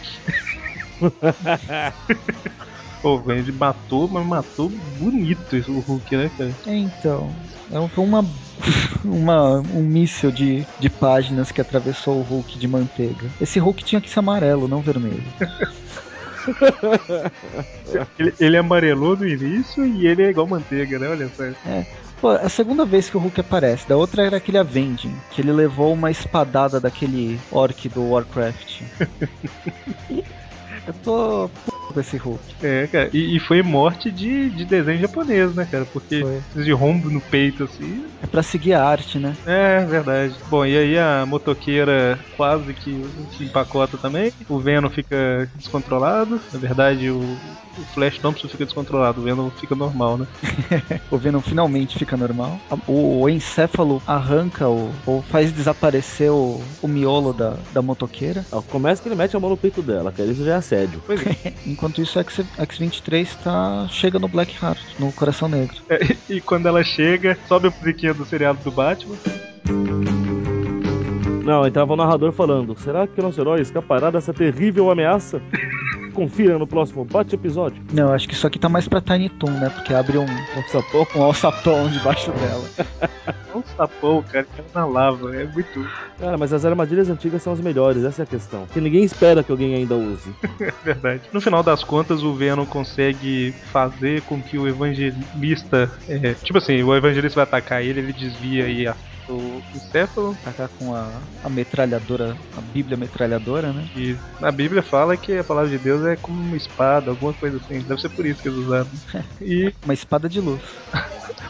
Pô, velho, ele matou, mas matou bonito esse- o Hulk, né, cara?
É, então. É um- foi uma, uma, um míssil de, de páginas que atravessou o Hulk de manteiga. Esse Hulk tinha que ser amarelo, não vermelho.
Ele, ele amarelou no início e ele é igual manteiga, né? Olha só.
Pô, é a segunda vez que o Hulk aparece. Da outra era aquele Avenging, que ele levou uma espadada daquele orc do Warcraft. Eu tô desse Hulk.
É, cara. E, e foi morte de, de desenho japonês, né, cara? Porque
Foi.
precisa de rombo no peito, assim.
É pra seguir a arte, né?
É, verdade. Bom, e aí a motoqueira quase que se empacota também. O Venom fica descontrolado. Na verdade, o, o Flash Thompson fica descontrolado. O Venom fica normal, né?
O Venom finalmente fica normal. A- O, o encéfalo arranca o, ou faz desaparecer o, o miolo da, da motoqueira.
Ó, Começa que ele mete a mão no peito dela, cara. Isso já é assédio.
Pois é.
Enquanto isso, o X, X-23 tá, chega no Blackheart, no Coração Negro.
E quando ela chega, sobe a musiquinha do seriado do Batman.
Não, entrava o narrador falando: será que o nosso herói escapará dessa terrível ameaça? [LAUGHS] Confira no próximo Bate-Episódio.
Não, acho que isso aqui tá mais pra Tiny Toon, né? Porque abre um,
Nossa, pô.
um alçapão [LAUGHS] debaixo dela.
É um sapão, cara, que na lava. É muito.
Cara, mas as armadilhas antigas são as melhores, essa é a questão. Que ninguém espera que alguém ainda use.
Verdade. No final das contas, o Venom consegue fazer com que o evangelista. é, tipo assim, o evangelista vai atacar ele, ele desvia e acerta o Encéfalo.
Atacar Tá com a, a metralhadora, a bíblia metralhadora, né?
E na Bíblia fala que a palavra de Deus é como uma espada, alguma coisa assim. Deve ser por isso que eles usaram. E
Uma espada de luz. [LAUGHS]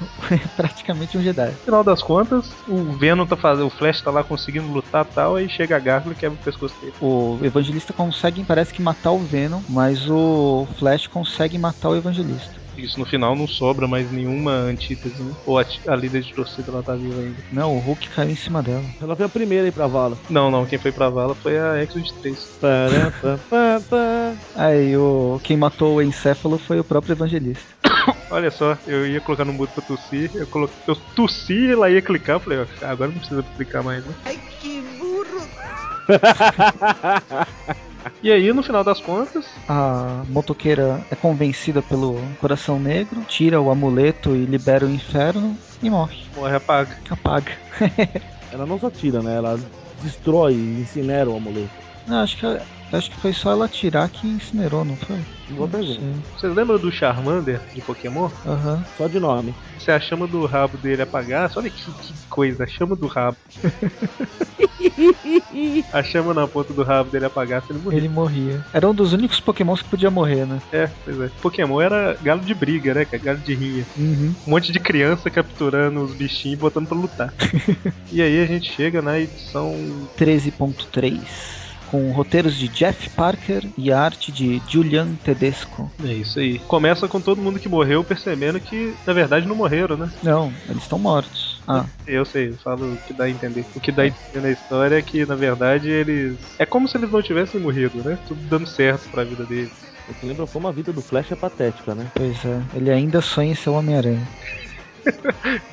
Praticamente um Jedi.
no final das contas, o Venom tá fazendo. O Flash tá lá conseguindo lutar e tal, aí chega a Gárgula e quebra o pescoço dele.
O Evangelista consegue, parece que matar o Venom, mas o Flash consegue matar o Evangelista.
Isso no final não sobra mais nenhuma antítese, né? Ou a, ti- a líder de torcida lá tá viva ainda.
Não, o Hulk caiu em cima dela.
Ela foi a primeira aí pra vala.
Não, não, quem foi pra vala foi a X-23.
Pará, pá, pá, pá.
Aí o quem matou o encéfalo foi o próprio Evangelista.
Olha só, eu ia colocar no mudo pra tossir, eu coloquei. Eu tossi, ela ia clicar, eu falei, ó, agora não precisa clicar mais, né? Ai, que burro! e aí, no final das contas,
A motoqueira é convencida pelo Coração Negro, tira o amuleto e libera o inferno e morre.
morre apaga.
Apaga.
Ela não só tira, né? Ela destrói e incinera o amuleto.
Não, acho que, acho que foi só ela tirar que incinerou, não foi?
Boa
Não
pergunta.
sei.
Vocês lembram do Charmander de Pokémon?
Aham.
Só de nome.
Se a chama do rabo dele apagasse, olha que, que coisa, a chama do [LAUGHS] rabo. a chama na ponta do rabo dele apagasse, ele morria.
Ele morria. Era um dos únicos pokémons que podia morrer, né?
É, pois é. Pokémon era galo de briga, né, cara? Galo de rinha.
Uhum.
Um monte de criança capturando os bichinhos e botando pra [LAUGHS] lutar. e aí a gente chega na edição
13.3, com roteiros de Jeff Parker e a arte de Julian Tedesco.
É isso aí. Começa com todo mundo que morreu percebendo que, na verdade, não morreram, né?
Não, eles estão mortos. Ah,
Eu sei, eu falo o que dá a entender. O que dá a entender na história é que, na verdade, eles. É como se eles não tivessem morrido, né? Tudo dando certo pra vida deles.
O que lembra como a vida do Flash é patética, né?
pois é. Ele ainda sonha em ser o Homem-Aranha.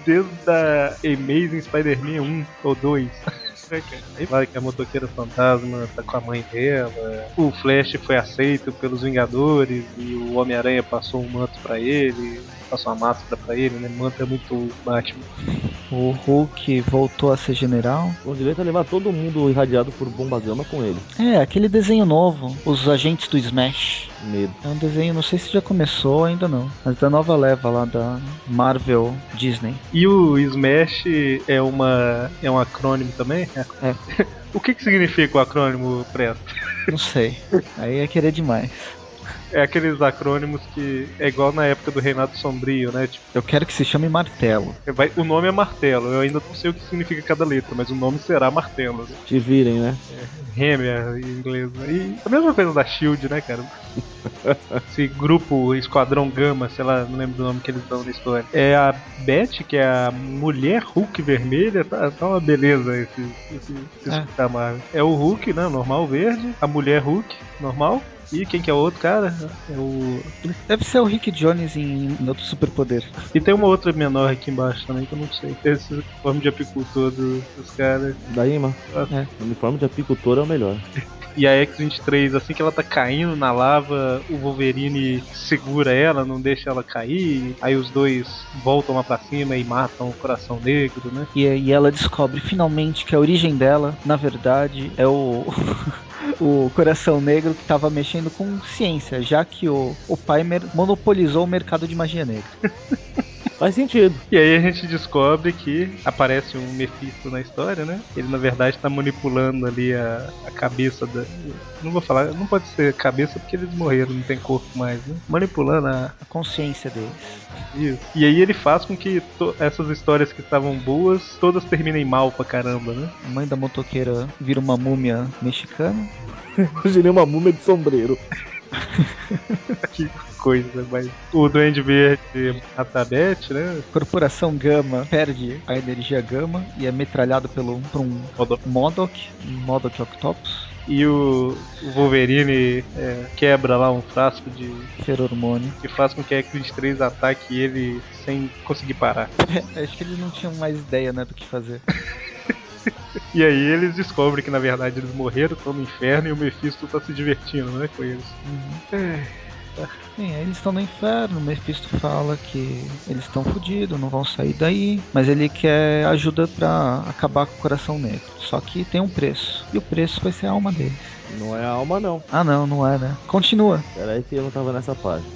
Desde a Amazing Spider-Man 1 ou 2. É, cara. Aí fala que a motoqueira fantasma tá com a mãe dela. O Flash foi aceito pelos Vingadores e o Homem-Aranha passou um manto pra ele. Passou uma máscara pra ele, né? Manto é muito Batman.
O Hulk voltou a ser general.
Com direito a levar todo mundo irradiado por bomba gama com ele.
É, aquele desenho novo, Os Agentes do Smash.
Medo.
É um desenho, não sei se já começou ainda não, mas da nova leva lá da Marvel Disney.
E o Smash é uma é um acrônimo também?
É.
O que, que significa o acrônimo Presto?
Não sei. Aí é querer demais.
É aqueles acrônimos que é igual na época do Reinado Sombrio, né? Tipo,
Eu quero que se chame Martelo.
vai- o nome é martelo. Eu ainda não sei o que significa cada letra, mas o nome será martelo. Né?
Te virem, né?
Hammer em inglês. né? E a mesma coisa da Shield, né, cara? Esse grupo Esquadrão Gama, sei lá, não lembro o nome que eles dão na história. É a Beth, que é a mulher Hulk vermelha, tá, tá uma beleza esse, esse, esse
É.
da Marvel. É o Hulk, né? Normal verde, a mulher Hulk, normal. E quem que é o outro cara? É o.
Deve ser o Rick Jones em, em outro superpoder.
E tem uma outra menor aqui embaixo também, que eu não sei. Esse forma de apicultor do- dos caras.
Daí, mano.
É.
O uniforme de apicultor é o melhor.
E a X-23, assim que ela tá caindo na lava, o Wolverine segura ela, não deixa ela cair. Aí os dois voltam lá pra cima e matam o coração negro, né?
E, e ela descobre finalmente que a origem dela, na verdade, é o. [LAUGHS] O coração negro que estava mexendo com ciência, já que o, o Palmer monopolizou o mercado de magia negra.
Faz sentido.
E aí a gente descobre que aparece um Mephisto na história, né? Ele na verdade tá manipulando ali a, a cabeça da. Não vou falar, não pode ser cabeça porque eles morreram, não tem corpo mais, né? Manipulando a,
A consciência deles.
isso. E aí ele faz com que to- essas histórias que estavam boas, todas terminem mal pra caramba, né?
A mãe da motoqueira vira uma múmia mexicana.
[LAUGHS] Imaginei uma múmia de sombreiro.
Que coisa, mas. O Duende Verde mata a Beth, né?
Corporação Gama perde a energia Gama e é metralhado pelo, por um
Modoc.
Modok, um Modok Octopus,
E o, o Wolverine é, quebra lá um frasco de.
[LAUGHS] ferormônio.
que faz com que a X 3 ataque ele sem conseguir parar.
É, Acho que eles não tinham mais ideia, né, do que fazer.
E aí eles descobrem que na verdade eles morreram, estão no inferno e o Mephisto tá se divertindo, né, com eles.
Bem, aí eles estão no inferno, o Mephisto fala que eles estão fodidos, não vão sair daí, mas ele quer ajuda pra acabar com o coração negro. Só que tem um preço, e o preço vai ser a alma deles.
Não é a alma, não.
Ah não, não é, né? Continua.
Peraí que eu não tava nessa página.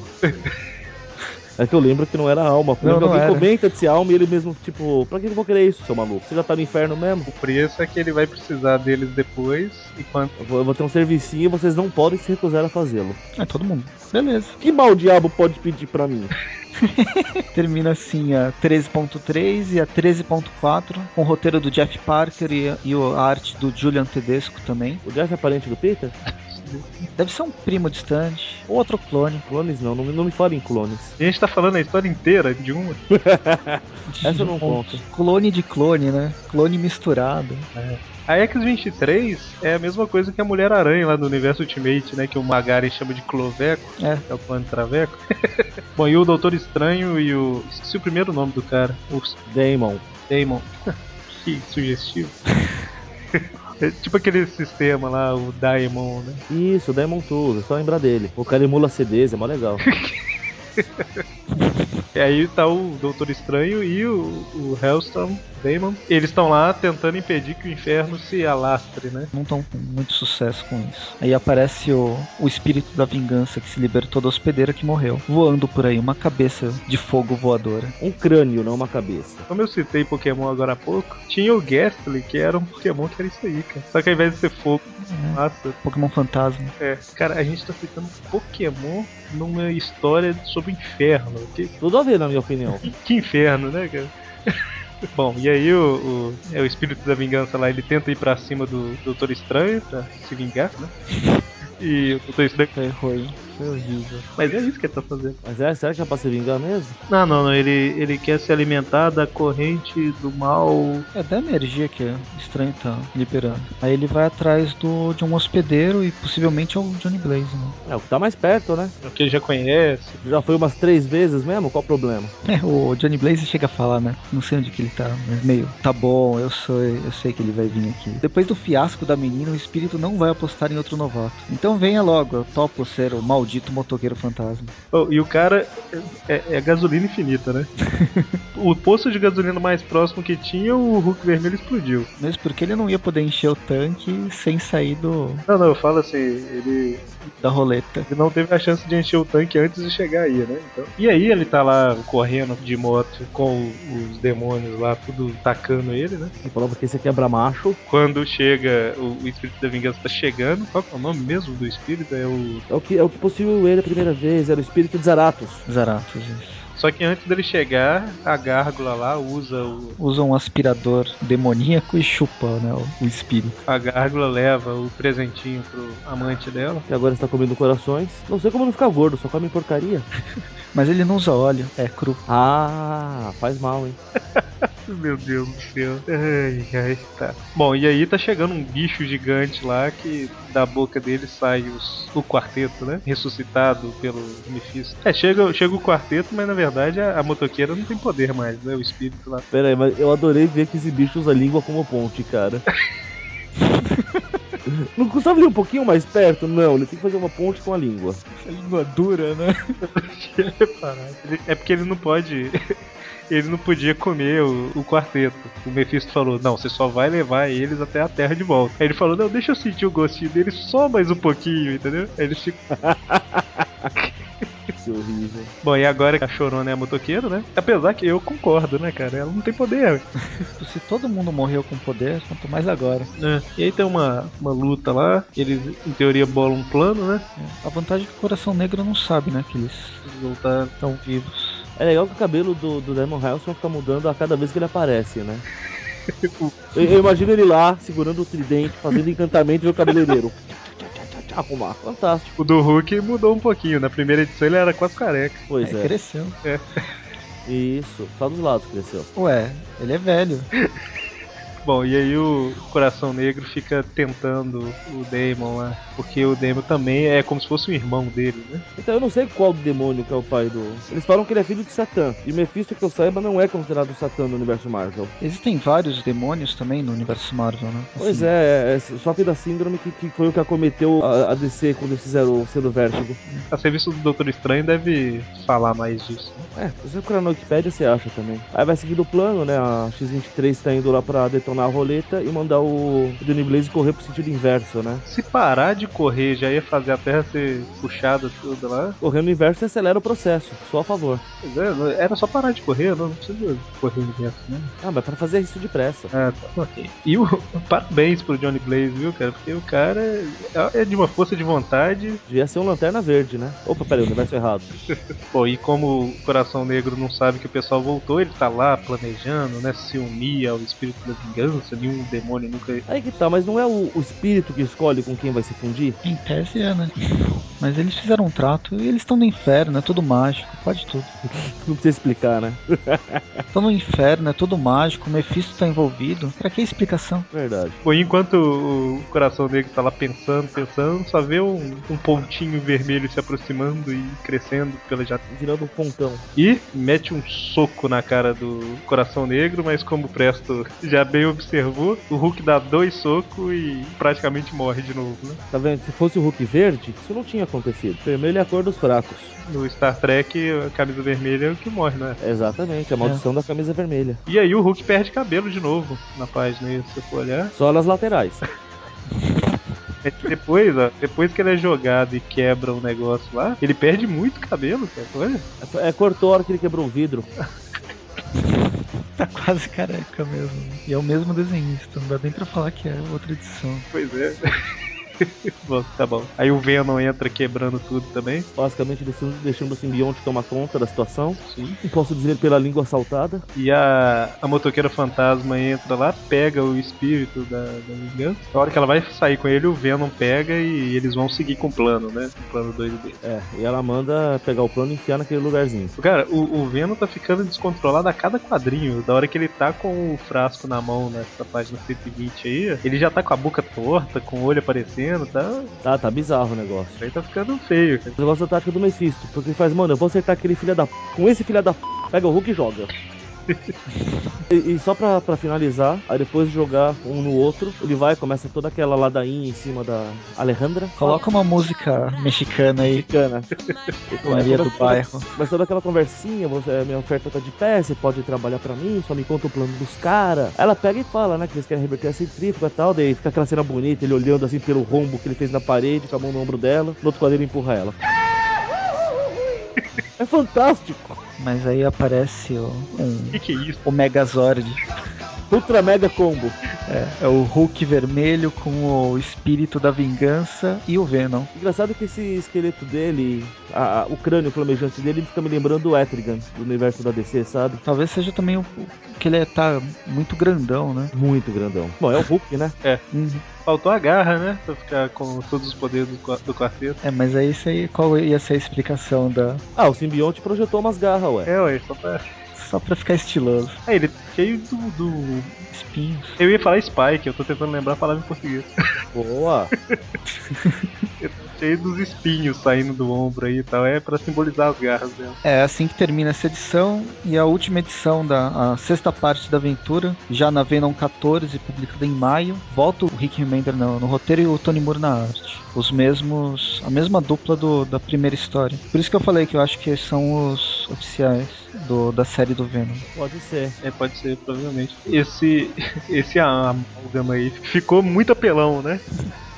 É que eu lembro que não era a alma. Porque
Não, não
alguém
era.
comenta de ser alma e ele mesmo, tipo, pra que eu vou querer isso, seu maluco? Você já tá no inferno mesmo?
O preço é que ele vai precisar deles depois e quando
Eu vou, eu vou ter um servicinho e vocês não podem se recusar a fazê-lo.
É todo mundo. Beleza.
Que mal diabo pode pedir pra mim?
Termina assim a 13.3 e a 13.4, com o roteiro do Jeff Parker e, e o- a arte do Julian Tedesco também.
O Jeff é parente do Peter?
Deve ser um primo distante, ou outro clone.
Clones não, não, me- não me falem clones.
a gente tá falando a história inteira de um uma.
Essa eu não conto.
Clone de clone, né? Clone misturado.
A X-23 é a mesma coisa que a Mulher-Aranha lá no Universo Ultimate, né? Que o Magari chama de Cloveco,
É.
que é o plano Traveco. [LAUGHS] Bom, e o Doutor Estranho e o. Esqueci o primeiro nome do cara. O
Damon.
Damon. [LAUGHS] que sugestivo. [LAUGHS] É tipo aquele sistema lá, o Daemon, né?
Isso, Damon Tools, é só lembrar dele. O cara emula CDs, é mó legal.
E aí tá o Doutor Estranho e o, o Hellstrom, Damon. Eles estão lá tentando impedir que o inferno se alastre, né?
Não estão com muito sucesso com isso. Aí aparece o, o espírito da vingança que se libertou da hospedeira que morreu, voando por aí, uma cabeça de fogo voadora.
Um crânio, não uma cabeça.
Como eu citei Pokémon agora há pouco, tinha o Gastly, que era um Pokémon que era isso aí, cara. Só que ao invés de ser fogo,
É,
massa.
Pokémon fantasma.
É, cara, a gente tá citando Pokémon numa história sobre o inferno. Que,
Tudo a ver, na minha opinião.
que inferno, né, cara? [LAUGHS] Bom, e aí o, o- é o espírito da vingança lá, ele tenta ir pra cima do Doutor Estranho pra se vingar, né? E o Doutor Estranho.
Foi ruim, foi horrível.
Mas é isso que ele tá fazendo.
Mas é, será que é pra se vingar mesmo?
Não, não, não. Ele, ele quer se alimentar da corrente do mal.
É da energia que o estranho tá liberando. Aí ele vai atrás do, de um hospedeiro e possivelmente é o Johnny Blaze, né? [LAUGHS]
É, o que tá mais perto, né?
É O que ele já conhece.
Já foi umas três vezes mesmo? Qual o problema?
É, o Johnny Blaze chega a falar, né? Não sei onde que ele tá, mas meio, tá bom, eu sou, eu sei que ele vai vir aqui. Depois do fiasco da menina, o espírito não vai apostar em outro novato. Então venha logo, eu topo ser o maldito motoqueiro fantasma.
Oh, e o cara é, é- é gasolina infinita, [LAUGHS] né? o poço de gasolina mais próximo que tinha, o Hulk Vermelho explodiu.
Mesmo porque ele não ia poder encher o tanque sem sair do,
Não, não, eu falo assim, ele,
da roleta.
ele não teve a chance de encher o tanque antes de chegar aí, né? Então, e aí ele tá lá correndo de moto com o- os demônios lá, tudo tacando ele, né?
Ele falou porque esse é quebra-macho.
Quando chega, o, o Espírito da Vingança tá chegando. Qual que é o nome mesmo do Espírito? É o
É o que, é o que possuiu ele a primeira vez, era o espírito de Zaratos.
Zaratos, isso.
Só que antes dele chegar, a gárgula lá usa o.
Usa um aspirador demoníaco e chupa, né, o, o espírito.
A gárgula leva o presentinho pro amante dela.
Que agora está comendo corações. Não sei como não fica gordo, só come porcaria.
Mas ele não usa óleo, é cru.
Ah, faz mal, hein?
Meu Deus do céu. Ai, ai, tá. Bom, e aí tá chegando um bicho gigante lá que da boca dele sai os, o quarteto, né? Ressuscitado pelo Mephisto. É, chega, chega o quarteto, mas na verdade a, a motoqueira não tem poder mais, né? O espírito lá.
Pera aí, mas eu adorei ver que esse bicho usa a língua como ponte, cara. Não custava ele ir um pouquinho mais perto? Não, ele tem que fazer uma ponte com a língua.
A É língua dura, né?
Ele- É porque ele não pode. [LAUGHS] Ele não podia comer o, o quarteto. O Mephisto falou: Não, você só vai levar eles até a terra de volta. Aí ele falou: Não, deixa eu sentir o gostinho deles só mais um pouquinho, entendeu? Aí eles ficam.
Se que horrível.
Bom, e agora que a Chorona é a motoqueira, né? Apesar que eu concordo, né, cara? Ela não tem poder.
Se todo mundo morreu com poder, quanto mais agora.
né? E aí tem uma, uma luta lá. Eles, em teoria, bolam um plano, né?
A vantagem é que o coração negro não sabe, né? Que eles
Eles vão tá-
estão vivos.
É legal que o cabelo do, do Damon Harrison fica mudando a cada vez que ele aparece, né? Eu, eu imagino ele lá, segurando o tridente, fazendo encantamento e o cabeleireiro. Tchá, tchá, tchá, tchá, Arrumar. Fantástico.
O do Hulk mudou um pouquinho. Na primeira edição ele era quase careca.
Pois
Aí
é.
cresceu.
Isso. Só dos lados cresceu.
Ué, ele é velho.
Bom, e aí o Coração Negro fica tentando o Damon lá. Porque o Damon também é como se fosse um irmão dele, né?
Então eu não sei qual demônio que é o pai do. Eles falam que ele é filho de Satã. E Mephisto, que eu saiba, não é considerado Satã no universo Marvel.
Existem vários demônios também no universo Marvel, né?
Pois é, é, é, só que da síndrome que, que foi o que acometeu a, a DC quando eles fizeram o selo vértigo.
A serviço do Doutor Estranho deve falar mais disso. né?
É, se você procurar na Wikipedia, você acha também. Aí vai seguindo o plano, né? A X-23 tá indo lá pra detonar a roleta e mandar o Johnny Blaze correr pro sentido inverso, né?
Se parar de correr, já ia fazer a Terra ser puxada toda lá.
Correndo no inverso, você acelera o processo. Só a favor.
Pois é, era só parar de correr, não, não precisa correr direto, né?
Ah, mas pra fazer isso depressa.
Ah, tá, ok. E o, [LAUGHS] parabéns pro Johnny Blaze, viu, cara? Porque o cara é, é de uma força de vontade.
Devia ser um lanterna verde, né? Opa, peraí, o universo errado.
Bom, e como o Coração Negro não sabe que o pessoal voltou, ele tá lá planejando, né? Se unir ao espírito da vingança, nenhum demônio nunca.
Aí que tá, mas não é o, o espírito que escolhe com quem vai se fundir?
Em tese é, né? Mas eles fizeram um trato e eles estão no inferno, é tudo mágico, pode tudo.
Não precisa explicar, né?
Estão no inferno, é tudo mágico, o Mephisto tá envolvido. Pra que explicação?
Verdade.
Bom, e enquanto o Coração Negro tá lá pensando, pensando, só vê um, um pontinho vermelho se aproximando e crescendo pela janela.
Virando um pontão.
E mete um soco na cara do Coração Negro, mas como o Presto já bem observou, o Hulk dá dois socos e praticamente morre de novo, né?
Tá vendo? Se fosse o Hulk verde, isso não tinha acontecido. Vermelho é a cor dos fracos.
No Star Trek, a camisa vermelha é o que morre, né?
Exatamente, a maldição da camisa vermelha.
E aí o Hulk perde cabelo de novo na página aí, se você for olhar.
Só nas laterais.
É que depois, ó, depois que ele é jogado e quebra o negócio lá, ele perde muito cabelo, cara. Olha.
É, cortou a hora que ele quebrou o vidro.
Tá quase careca mesmo. né? E é o mesmo desenhista, não dá nem pra falar que é outra edição.
Pois é. [LAUGHS] Bom, tá bom. Aí o Venom entra quebrando tudo também.
Basicamente, deixando, deixando o simbionte tomar conta da situação.
Sim.
E posso dizer pela língua assaltada.
E a, a motoqueira fantasma entra lá, pega o espírito da, da vingança. Na hora que ela vai sair com ele, o Venom pega e eles vão seguir com o plano, né? O plano 2 dele.
É, e ela manda pegar o plano e enfiar naquele lugarzinho.
Cara, o, o Venom tá ficando descontrolado a cada quadrinho. Da hora que ele tá com o frasco na mão nessa página 120 aí, ele já tá com a boca torta, com o olho aparecendo, tá?
Tá, tá bizarro o negócio.
Isso aí tá ficando feio, cara.
Eu gosto da tática do Mephisto, porque ele faz, mano, eu vou acertar aquele filha da p... com esse filha da p... pega o Hulk e joga. e, e só pra, pra finalizar, aí depois de jogar um no outro, ele vai, começa toda aquela ladainha em cima da Alejandra.
Coloca uma música mexicana aí,
Cana.
Maria do Bairro.
Mas toda aquela conversinha, você, minha oferta tá de pé, você pode trabalhar pra mim, só me conta o plano dos caras. Ela pega e fala, né, que eles querem reverter a centrífuga e tal, daí fica aquela cena bonita, ele olhando assim pelo rombo que ele fez na parede, com a mão no ombro dela, no outro quadro ele empurra ela. É fantástico!
Mas aí aparece o, um,
Que que é isso?
o Megazord.
Ultra mega combo.
É, é o Hulk vermelho com o espírito da vingança e o Venom.
Engraçado que esse esqueleto dele, a- a- o crânio flamejante dele, fica me lembrando o Etrigan, do universo da DC, sabe?
Talvez seja também o, o que ele tá muito grandão, né?
Muito grandão. Bom, é o Hulk, né?
Faltou a garra, né? Pra ficar com todos os poderes do, qua- do quarteto.
É, mas aí isso aí, qual ia ser a explicação da.
Ah, o simbionte projetou umas garras, ué.
É, ué, só pra.
Só pra ficar estiloso.
Ah, ele é cheio do, do.
Espinhos.
Eu ia falar Spike, eu tô tentando lembrar a palavra em português.
Boa!
cheio dos espinhos saindo do ombro aí e tal. É pra simbolizar as garras dela.
É assim que termina essa edição e a última edição da a sexta parte da aventura, já na Venom 14, publicada em maio. Volta o Rick Remender no, no roteiro e o Tony Moore na arte. Os mesmos, a mesma dupla do- da primeira história. Por isso que eu falei que eu acho que são os oficiais do- da série do Venom.
Pode ser.
É, pode ser, [LAUGHS] provavelmente. Esse, esse amálgama aí ficou muito apelão, né?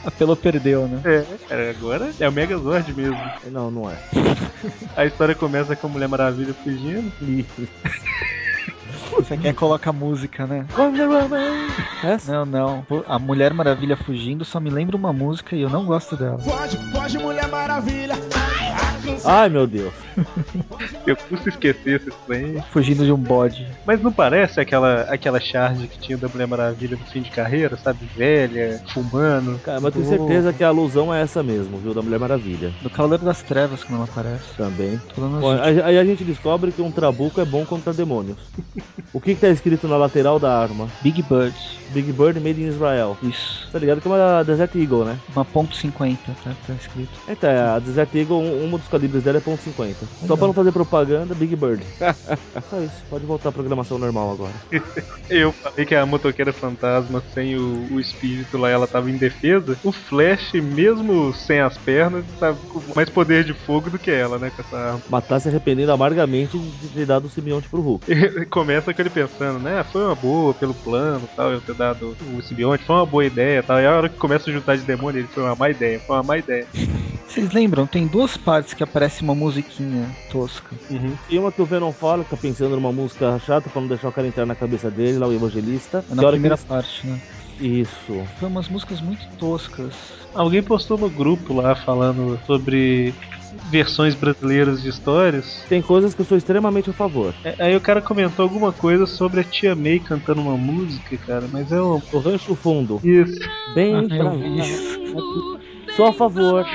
Apelo Ah, perdeu, né?
É, cara, agora é o Megazord mesmo.
Não, não é.
A história começa com a Mulher Maravilha fugindo.
Ih,
Você quer colocar música, né?
Wonder Woman! Essa?
Não, não. Pô, A Mulher Maravilha fugindo só me lembra uma música e eu não gosto dela.
Pode, pode, Mulher Maravilha.
Ai, meu Deus.
Eu custo esquecer esse trem.
Fugindo de um bode.
Mas não parece aquela, aquela charge que tinha da Mulher Maravilha no fim de carreira, sabe? Velha, fumando.
Cara, mas eu tenho
Boa.
certeza que a alusão é essa mesmo, viu? Da Mulher Maravilha.
Do Cavaleiro das Trevas quando ela aparece.
Também.
Tô falando
Bom,
assim.
aí aí a gente descobre que um trabuco é bom contra demônios. O que, que tá escrito na lateral da arma?
Big Bird.
Big Bird made in Israel.
Isso.
Tá ligado que é uma Desert Eagle, né?
Uma ponto .50, tá? Tá escrito.
Então, a Desert Eagle, um, um dos calibres dela é .50. Só pra não fazer propaganda,
[LAUGHS]
Big Bird. Só isso. Pode voltar à programação normal agora.
Eu falei que a motoqueira fantasma sem o, o espírito lá, ela tava indefesa. O Flash, mesmo sem as pernas, tá com mais poder de fogo do que ela, né? Com essa arma.
Matar se arrependendo amargamente de ter dado o simbionte pro Hulk.
Começa com ele pensando, né? Foi uma boa pelo plano tal, eu ter dado o simbionte, foi uma boa ideia tal. E a hora que começa a juntar de demônio, ele foi uma má ideia, foi uma má ideia.
Vocês lembram? Tem duas partes que aparece uma musiquinha tosca.
E uma que o Venom fala, fica pensando numa música chata pra não deixar o cara entrar na cabeça dele, lá o evangelista.
É Na
Que hora que
primeira
ele-
parte, né?
Isso.
Foi umas músicas muito toscas.
Alguém postou no grupo lá falando sobre versões brasileiras de histórias.
Tem coisas que eu sou extremamente a favor.
É, Aí o cara comentou alguma coisa sobre a tia May cantando uma música, cara, mas é um.
O rancho fundo.
Isso.
Bem
Ah,
pra
eu vi
lá.
isso.
Sou a favor.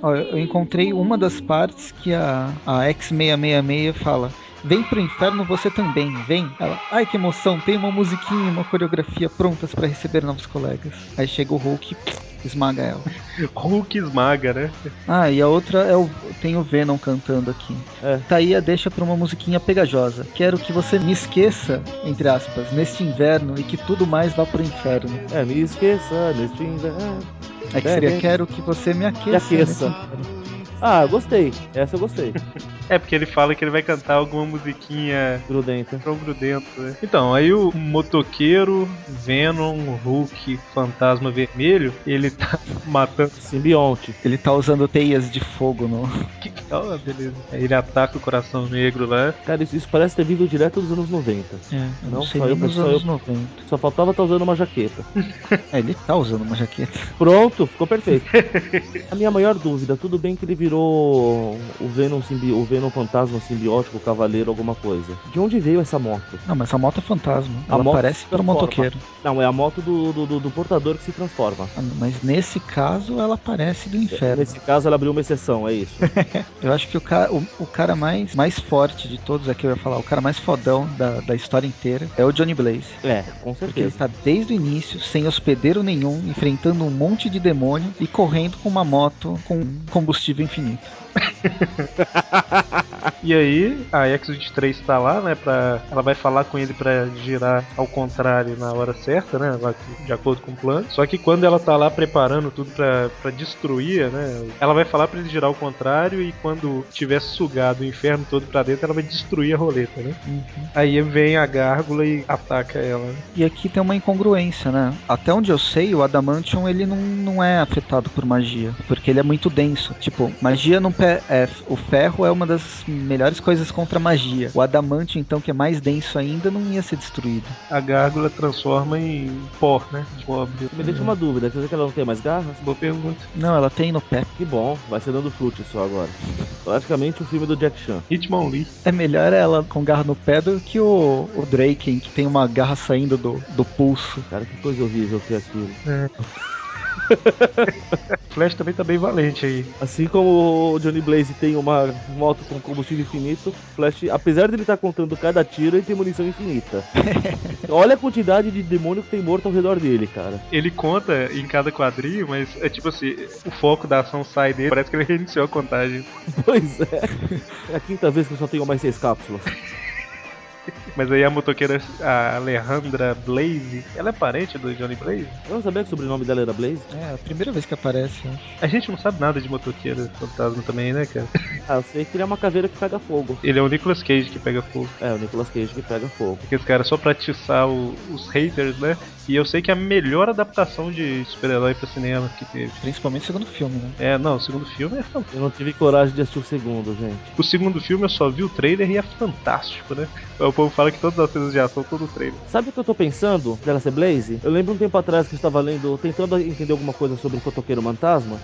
Ó, eu encontrei uma das partes que a, a X666 fala. Vem pro inferno você também, vem. Ela, ai que emoção, tem uma musiquinha, uma coreografia prontas pra receber novos colegas. Aí chega o Hulk e esmaga ela.
Hulk esmaga, né?
Ah, e a outra é o. Tem o Venom cantando aqui.
É.
Taia deixa pra uma musiquinha pegajosa. Quero que você me esqueça, entre aspas, neste inverno e que tudo mais vá pro inferno.
É, me esqueça neste inverno.
É que
É,
seria
bem-
quero que você me
Me
aqueça. né?
aqueça.
neste inverno."
Ah, gostei. Essa eu gostei.
É porque ele fala que ele vai cantar alguma musiquinha
Grudenta.
ombro dentro, né? Então, aí o motoqueiro, Venom, Hulk, Fantasma Vermelho, ele tá [LAUGHS] matando.
Simbionte.
Ele tá usando teias de fogo no.
Que tal, beleza? Aí ele ataca o coração negro lá.
Cara, isso, isso parece ter vindo direto dos anos 90.
É, eu
Não,
não sei
só eu
nem nos
pensei-
anos 90.
Só faltava estar usando uma jaqueta. [LAUGHS]
É, ele tá usando uma jaqueta.
Pronto, ficou perfeito. A minha maior dúvida, tudo bem que ele virou o Venom, simbi o Venom fantasma simbiótico, cavaleiro, alguma coisa. De onde veio essa moto?
Não, mas a moto é fantasma.
A
Ela
moto
aparece
se
para o
transforma.
motoqueiro.
Não, é a moto do, do, do- do portador que se transforma.
Ah, não, Mas nesse caso, ela aparece do inferno.
É, Nesse caso, ela abriu uma exceção, é isso.
Eu acho que o, ca... o, o cara mais, mais forte de todos aqui, eu ia falar, o cara mais fodão da, da história inteira é o Johnny Blaze.
É, com
Porque ele
certeza.
está desde o início, sem hospedeiro nenhum, enfrentando um monte de demônio e correndo com uma moto com combustível infinito.
E aí, a X-23 tá lá, né? Pra... Ela vai falar com ele pra girar ao contrário na hora certa, né? lá que- de acordo com o plano. Só que quando ela tá lá preparando tudo pra, pra destruir, né? Ela vai falar pra ele girar ao contrário e quando tiver sugado o inferno todo pra dentro, ela vai destruir a roleta, né? Aí vem a gárgula e ataca ela.
E aqui tem uma incongruência, né? Até onde eu sei, o Adamantium ele não, não é afetado por magia, porque ele é muito denso. Tipo, magia não pe- é, o ferro é uma das melhores coisas contra magia. O Adamantium, então, que é mais denso ainda, não ia ser destruído.
A gárgula transforma em pó, né? De cobre.
Me deixa uma dúvida, quer dizer que ela não tem mais garras?
Boa pergunta.
Não, ela tem no pé.
Que bom, vai ser dando chute só agora. Praticamente o filme do Jack Chan.
Hitmonlee.
É melhor ela com garra no pé do que o, o Draken, que tem uma garra saindo do, do pulso.
Cara, que coisa horrível que é aquilo.
[LAUGHS] Flash também tá bem valente aí.
Assim como o Johnny Blaze tem uma moto com combustível infinito, Flash, apesar dele estar contando cada tiro, ele tem munição infinita. Olha a quantidade de demônio que tem morto ao redor dele,
[LAUGHS]
cara.
Ele conta em cada quadrinho, mas é tipo assim, o foco da ação sai dele, parece que ele [LAUGHS] reiniciou a contagem.
Pois é. É a quinta vez que eu só tenho mais seis cápsulas.
Mas aí a motoqueira a Alejandra Blaze, ela é parente do Johnny Blaze?
Eu não sabia que o sobrenome dela era Blaze.
É, a primeira vez que aparece. eu acho.
A gente não sabe nada de motoqueira fantasma também, né, cara? [LAUGHS]
Ah, eu sei que ele é uma caveira que pega fogo.
Ele é o Nicolas Cage que pega fogo.
É, o Nicolas Cage que pega fogo.
Porque esse cara é só pra atiçar o- os haters, né? E eu sei que é a melhor adaptação de super-herói pra cinema que teve.
Principalmente no segundo filme, né?
É, não, o segundo filme é fantástico.
Eu não tive coragem de assistir o segundo, gente.
O segundo filme eu só vi o trailer e é fantástico, né? O povo fala que todas as cenas de ação estão no trailer.
Sabe o que eu tô pensando dela ser Blaze? Eu lembro um tempo atrás que eu estava lendo, tentando entender alguma coisa sobre o fotoqueiro fantasma.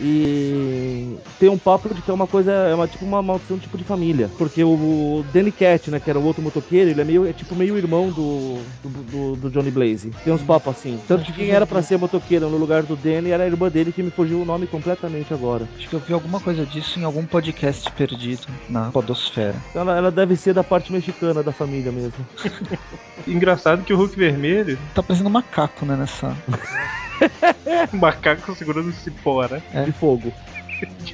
E tem um papo de que é uma coisa, é uma, tipo uma maldição tipo de família. Porque o Danny Cat, né, que era o outro motoqueiro, ele é meio, é tipo meio irmão do, do, do- do Johnny Blaze. Tem uns papos assim. Tanto que quem era pra ser motoqueiro no lugar do Danny era a irmã dele que me fugiu o nome completamente agora.
Acho que eu vi alguma coisa disso em algum podcast perdido na Podosfera.
Então ela, ela deve ser da parte mexicana da família mesmo.
Engraçado que o Hulk Vermelho,
Tá parecendo um macaco, né? [LAUGHS] Nessa.
o um macaco segurando o cipó, né?
É.
De fogo.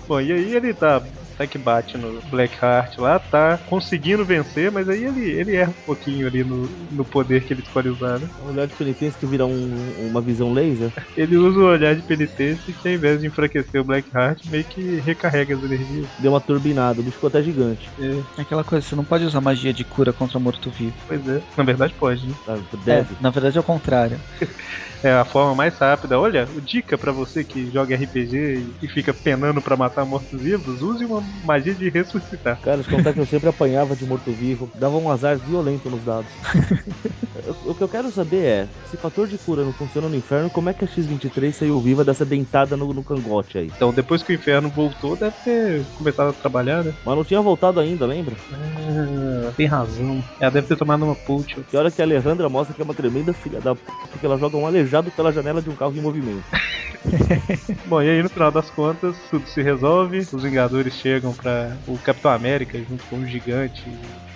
Bom, e aí ele tá, tá que bate no Blackheart lá, tá conseguindo vencer, mas aí ele, ele erra um pouquinho ali no, no poder que ele escolhe usar, né?
A mulher de penitência que vira um- uma visão laser.
Ele usa o olhar de penitência que ao invés de enfraquecer o Blackheart, meio que recarrega as energias.
Deu uma turbinada, o bicho ficou até gigante.
É,
É Aquela coisa, você não pode usar magia de cura contra morto-vivo.
pois é, na verdade pode, né?
Ah, Deve.
É, na verdade é o contrário.
É a forma mais rápida. Olha, o dica pra você que joga RPG e fica penando pra matar mortos-vivos, use uma magia de ressuscitar.
Cara, te contar que eu sempre apanhava de morto-vivo, dava um azar violento nos [LAUGHS] dados. O- o que eu quero saber é, se fator de cura não funciona no inferno, como é que a X-23 saiu viva dessa dentada no, no cangote aí?
Então, depois que o inferno voltou, deve ter começado a trabalhar, né?
Mas não tinha voltado ainda, lembra?
Ah, tem razão. Ela deve ter tomado uma pulcha.
Que hora que a Alejandra mostra que é uma tremenda filha da p... porque ela joga um aleijado pela janela de um carro em movimento.
[LAUGHS] Bom, e aí no final das contas, tudo se resolve. Os Vingadores chegam pra. O Capitão América, junto com o gigante.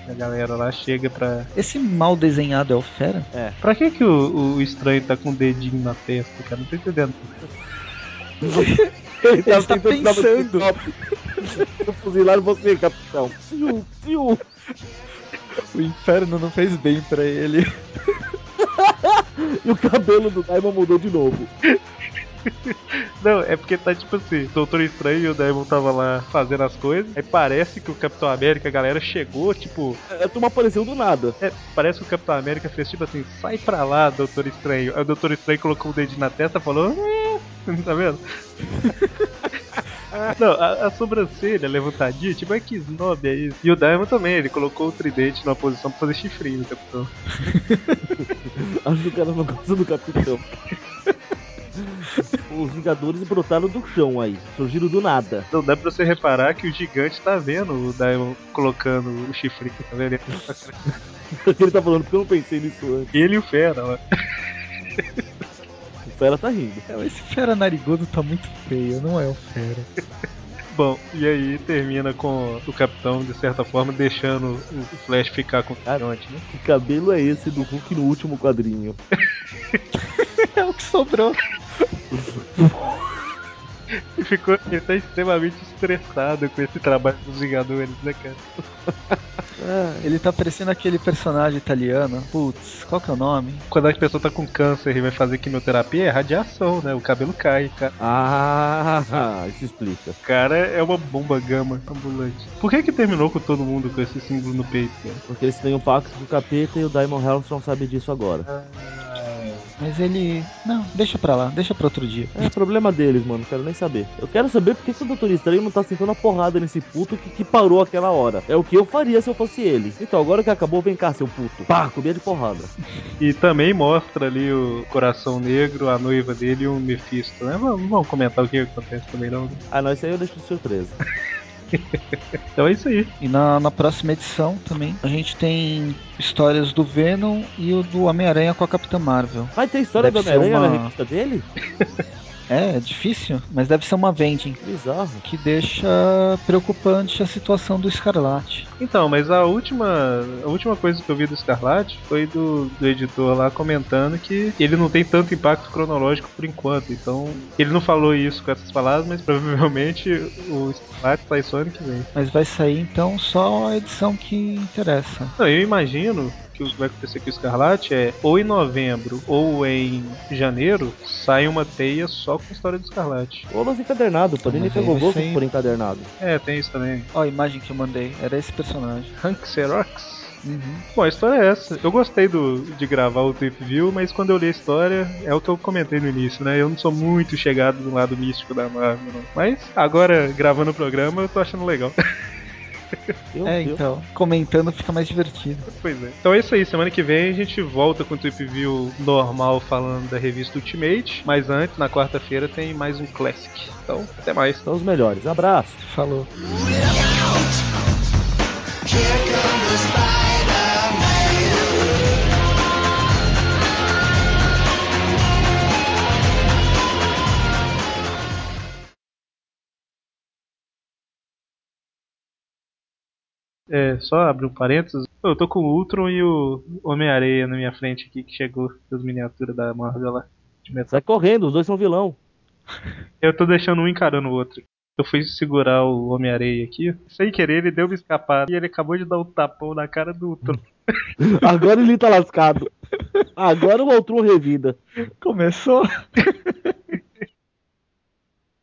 e A galera lá chega pra.
Esse mal desenhado é o fera?
Pra que, que o, o estranho tá com o dedinho na testa, cara? Não tô entendendo.
[LAUGHS] Ele tá
tava está tentando dar um pensando.
Eu fuzilar você, capitão. Fiu, fiu.
O inferno não fez bem para ele.
E o cabelo do Daimon mudou de novo.
Não, é porque tá tipo assim, Doutor Estranho e o Daemon tava lá fazendo as coisas, aí parece que o Capitão América, a galera chegou, tipo,
A turma É, apareceu do nada.
é, parece que o Capitão América fez tipo assim, sai pra lá, Doutor Estranho. Aí o Doutor Estranho colocou o dedo na testa e falou, "Ah", [LAUGHS] tá vendo? Não, a, a sobrancelha levantadinha, tipo, é que snob é isso. E o Daimon também, ele colocou o tridente numa posição pra fazer chifrinho, tá Capitão.
Acho que o cara não gosta do capitão. Os Vingadores brotaram do chão aí. Surgiram do nada.
Não dá pra você reparar que o gigante tá vendo o Daimon colocando o chifrinho, tá vendo?
Ele tá falando porque eu não pensei nisso antes.
Ele e o Fera, ó.
O fera tá rindo.
É, Esse fera narigudo tá muito feio, não é o fera.
Bom, e aí termina com o capitão, de certa forma, deixando o o Flash ficar com o
Ah.
gigante, né?
Que cabelo é esse do Hulk no último quadrinho?
É o que sobrou.
[LAUGHS] E ficou ele tá extremamente estressado com esse trabalho dos Vingadores, né, cara?
Ele tá parecendo aquele personagem italiano. Putz, qual que é o nome?
Quando a pessoa tá com câncer e vai fazer quimioterapia, é radiação, né? O cabelo cai, cara.
Ah, isso explica.
O cara é uma bomba gama ambulante. Por que que terminou com todo mundo com esse símbolo no peito, cara?
Porque eles têm um pacto com o capeta e o Diamond Hellstrom sabe disso agora.
Mas ele. Não, deixa pra lá, deixa pra outro dia.
É problema deles, mano. Quero nem saber. Eu quero saber por que que o Doutor Estranho não tá sentando a porrada nesse puto que, que parou aquela hora. É o que eu faria se eu fosse ele. Então, agora que acabou, vem cá, seu puto. Pá, comia de porrada.
E também mostra ali o Coração Negro, a noiva dele e o Mephisto, né? Vamos vamos comentar o que acontece também, não. né?
Ah, não, isso aí eu deixo de surpresa.
Então é isso aí.
E na, na próxima edição também a gente tem histórias do Venom e o do Homem-Aranha com a Capitã Marvel.
Vai ter história
Deve
do Homem-Aranha
ser uma-
na revista dele?
É, é difícil, mas deve ser uma vending.
Bizarro.
Que deixa preocupante a situação do Escarlate.
Então, mas a última, a última coisa que eu vi do Escarlate foi do, do editor lá comentando que ele não tem tanto impacto cronológico por enquanto. Então, ele não falou isso com essas palavras, mas provavelmente o Escarlate sai só ano que vem.
Mas vai sair então só a edição que interessa.
Não, eu imagino que vai acontecer com o Escarlate é ou em novembro ou em janeiro sai uma teia só com a história do Escarlate.
Ou nos encadernado, o Panini
mas aí
pegou
vai
gosto
ser-
por encadernado.
É, tem isso também.
Ó, a imagem que eu mandei, era esse personagem.
Hank Xerox.
Uhum.
Bom, a história é essa. Eu gostei do, de gravar o Trip View, mas quando eu li a história, é o que eu comentei no início, né? Eu não sou muito chegado do lado místico da Marvel, não. Mas agora, gravando o programa, eu tô achando legal. [LAUGHS]
Meu
É,
Deus.
então, comentando fica mais divertido.
pois é. Então é isso aí. Semana que vem a gente volta com o Trip View normal falando da revista Ultimate. Mas antes, na quarta-feira, tem mais um Classic. Então, até mais.
São os melhores. Abraço.
Falou.
É, só abrir um parênteses. Eu tô com o Ultron e o Homem-Areia na minha frente aqui, que chegou das miniaturas da Marvel lá. De metal.
Sai correndo, os dois
[LAUGHS]
são vilão.
Eu tô deixando um encarando o outro. Eu fui segurar o Homem-Areia aqui. Sem querer, ele deu uma escapada. E ele acabou de dar um tapão na cara do Ultron.
Agora ele tá lascado. Agora o Altron revida.
Começou?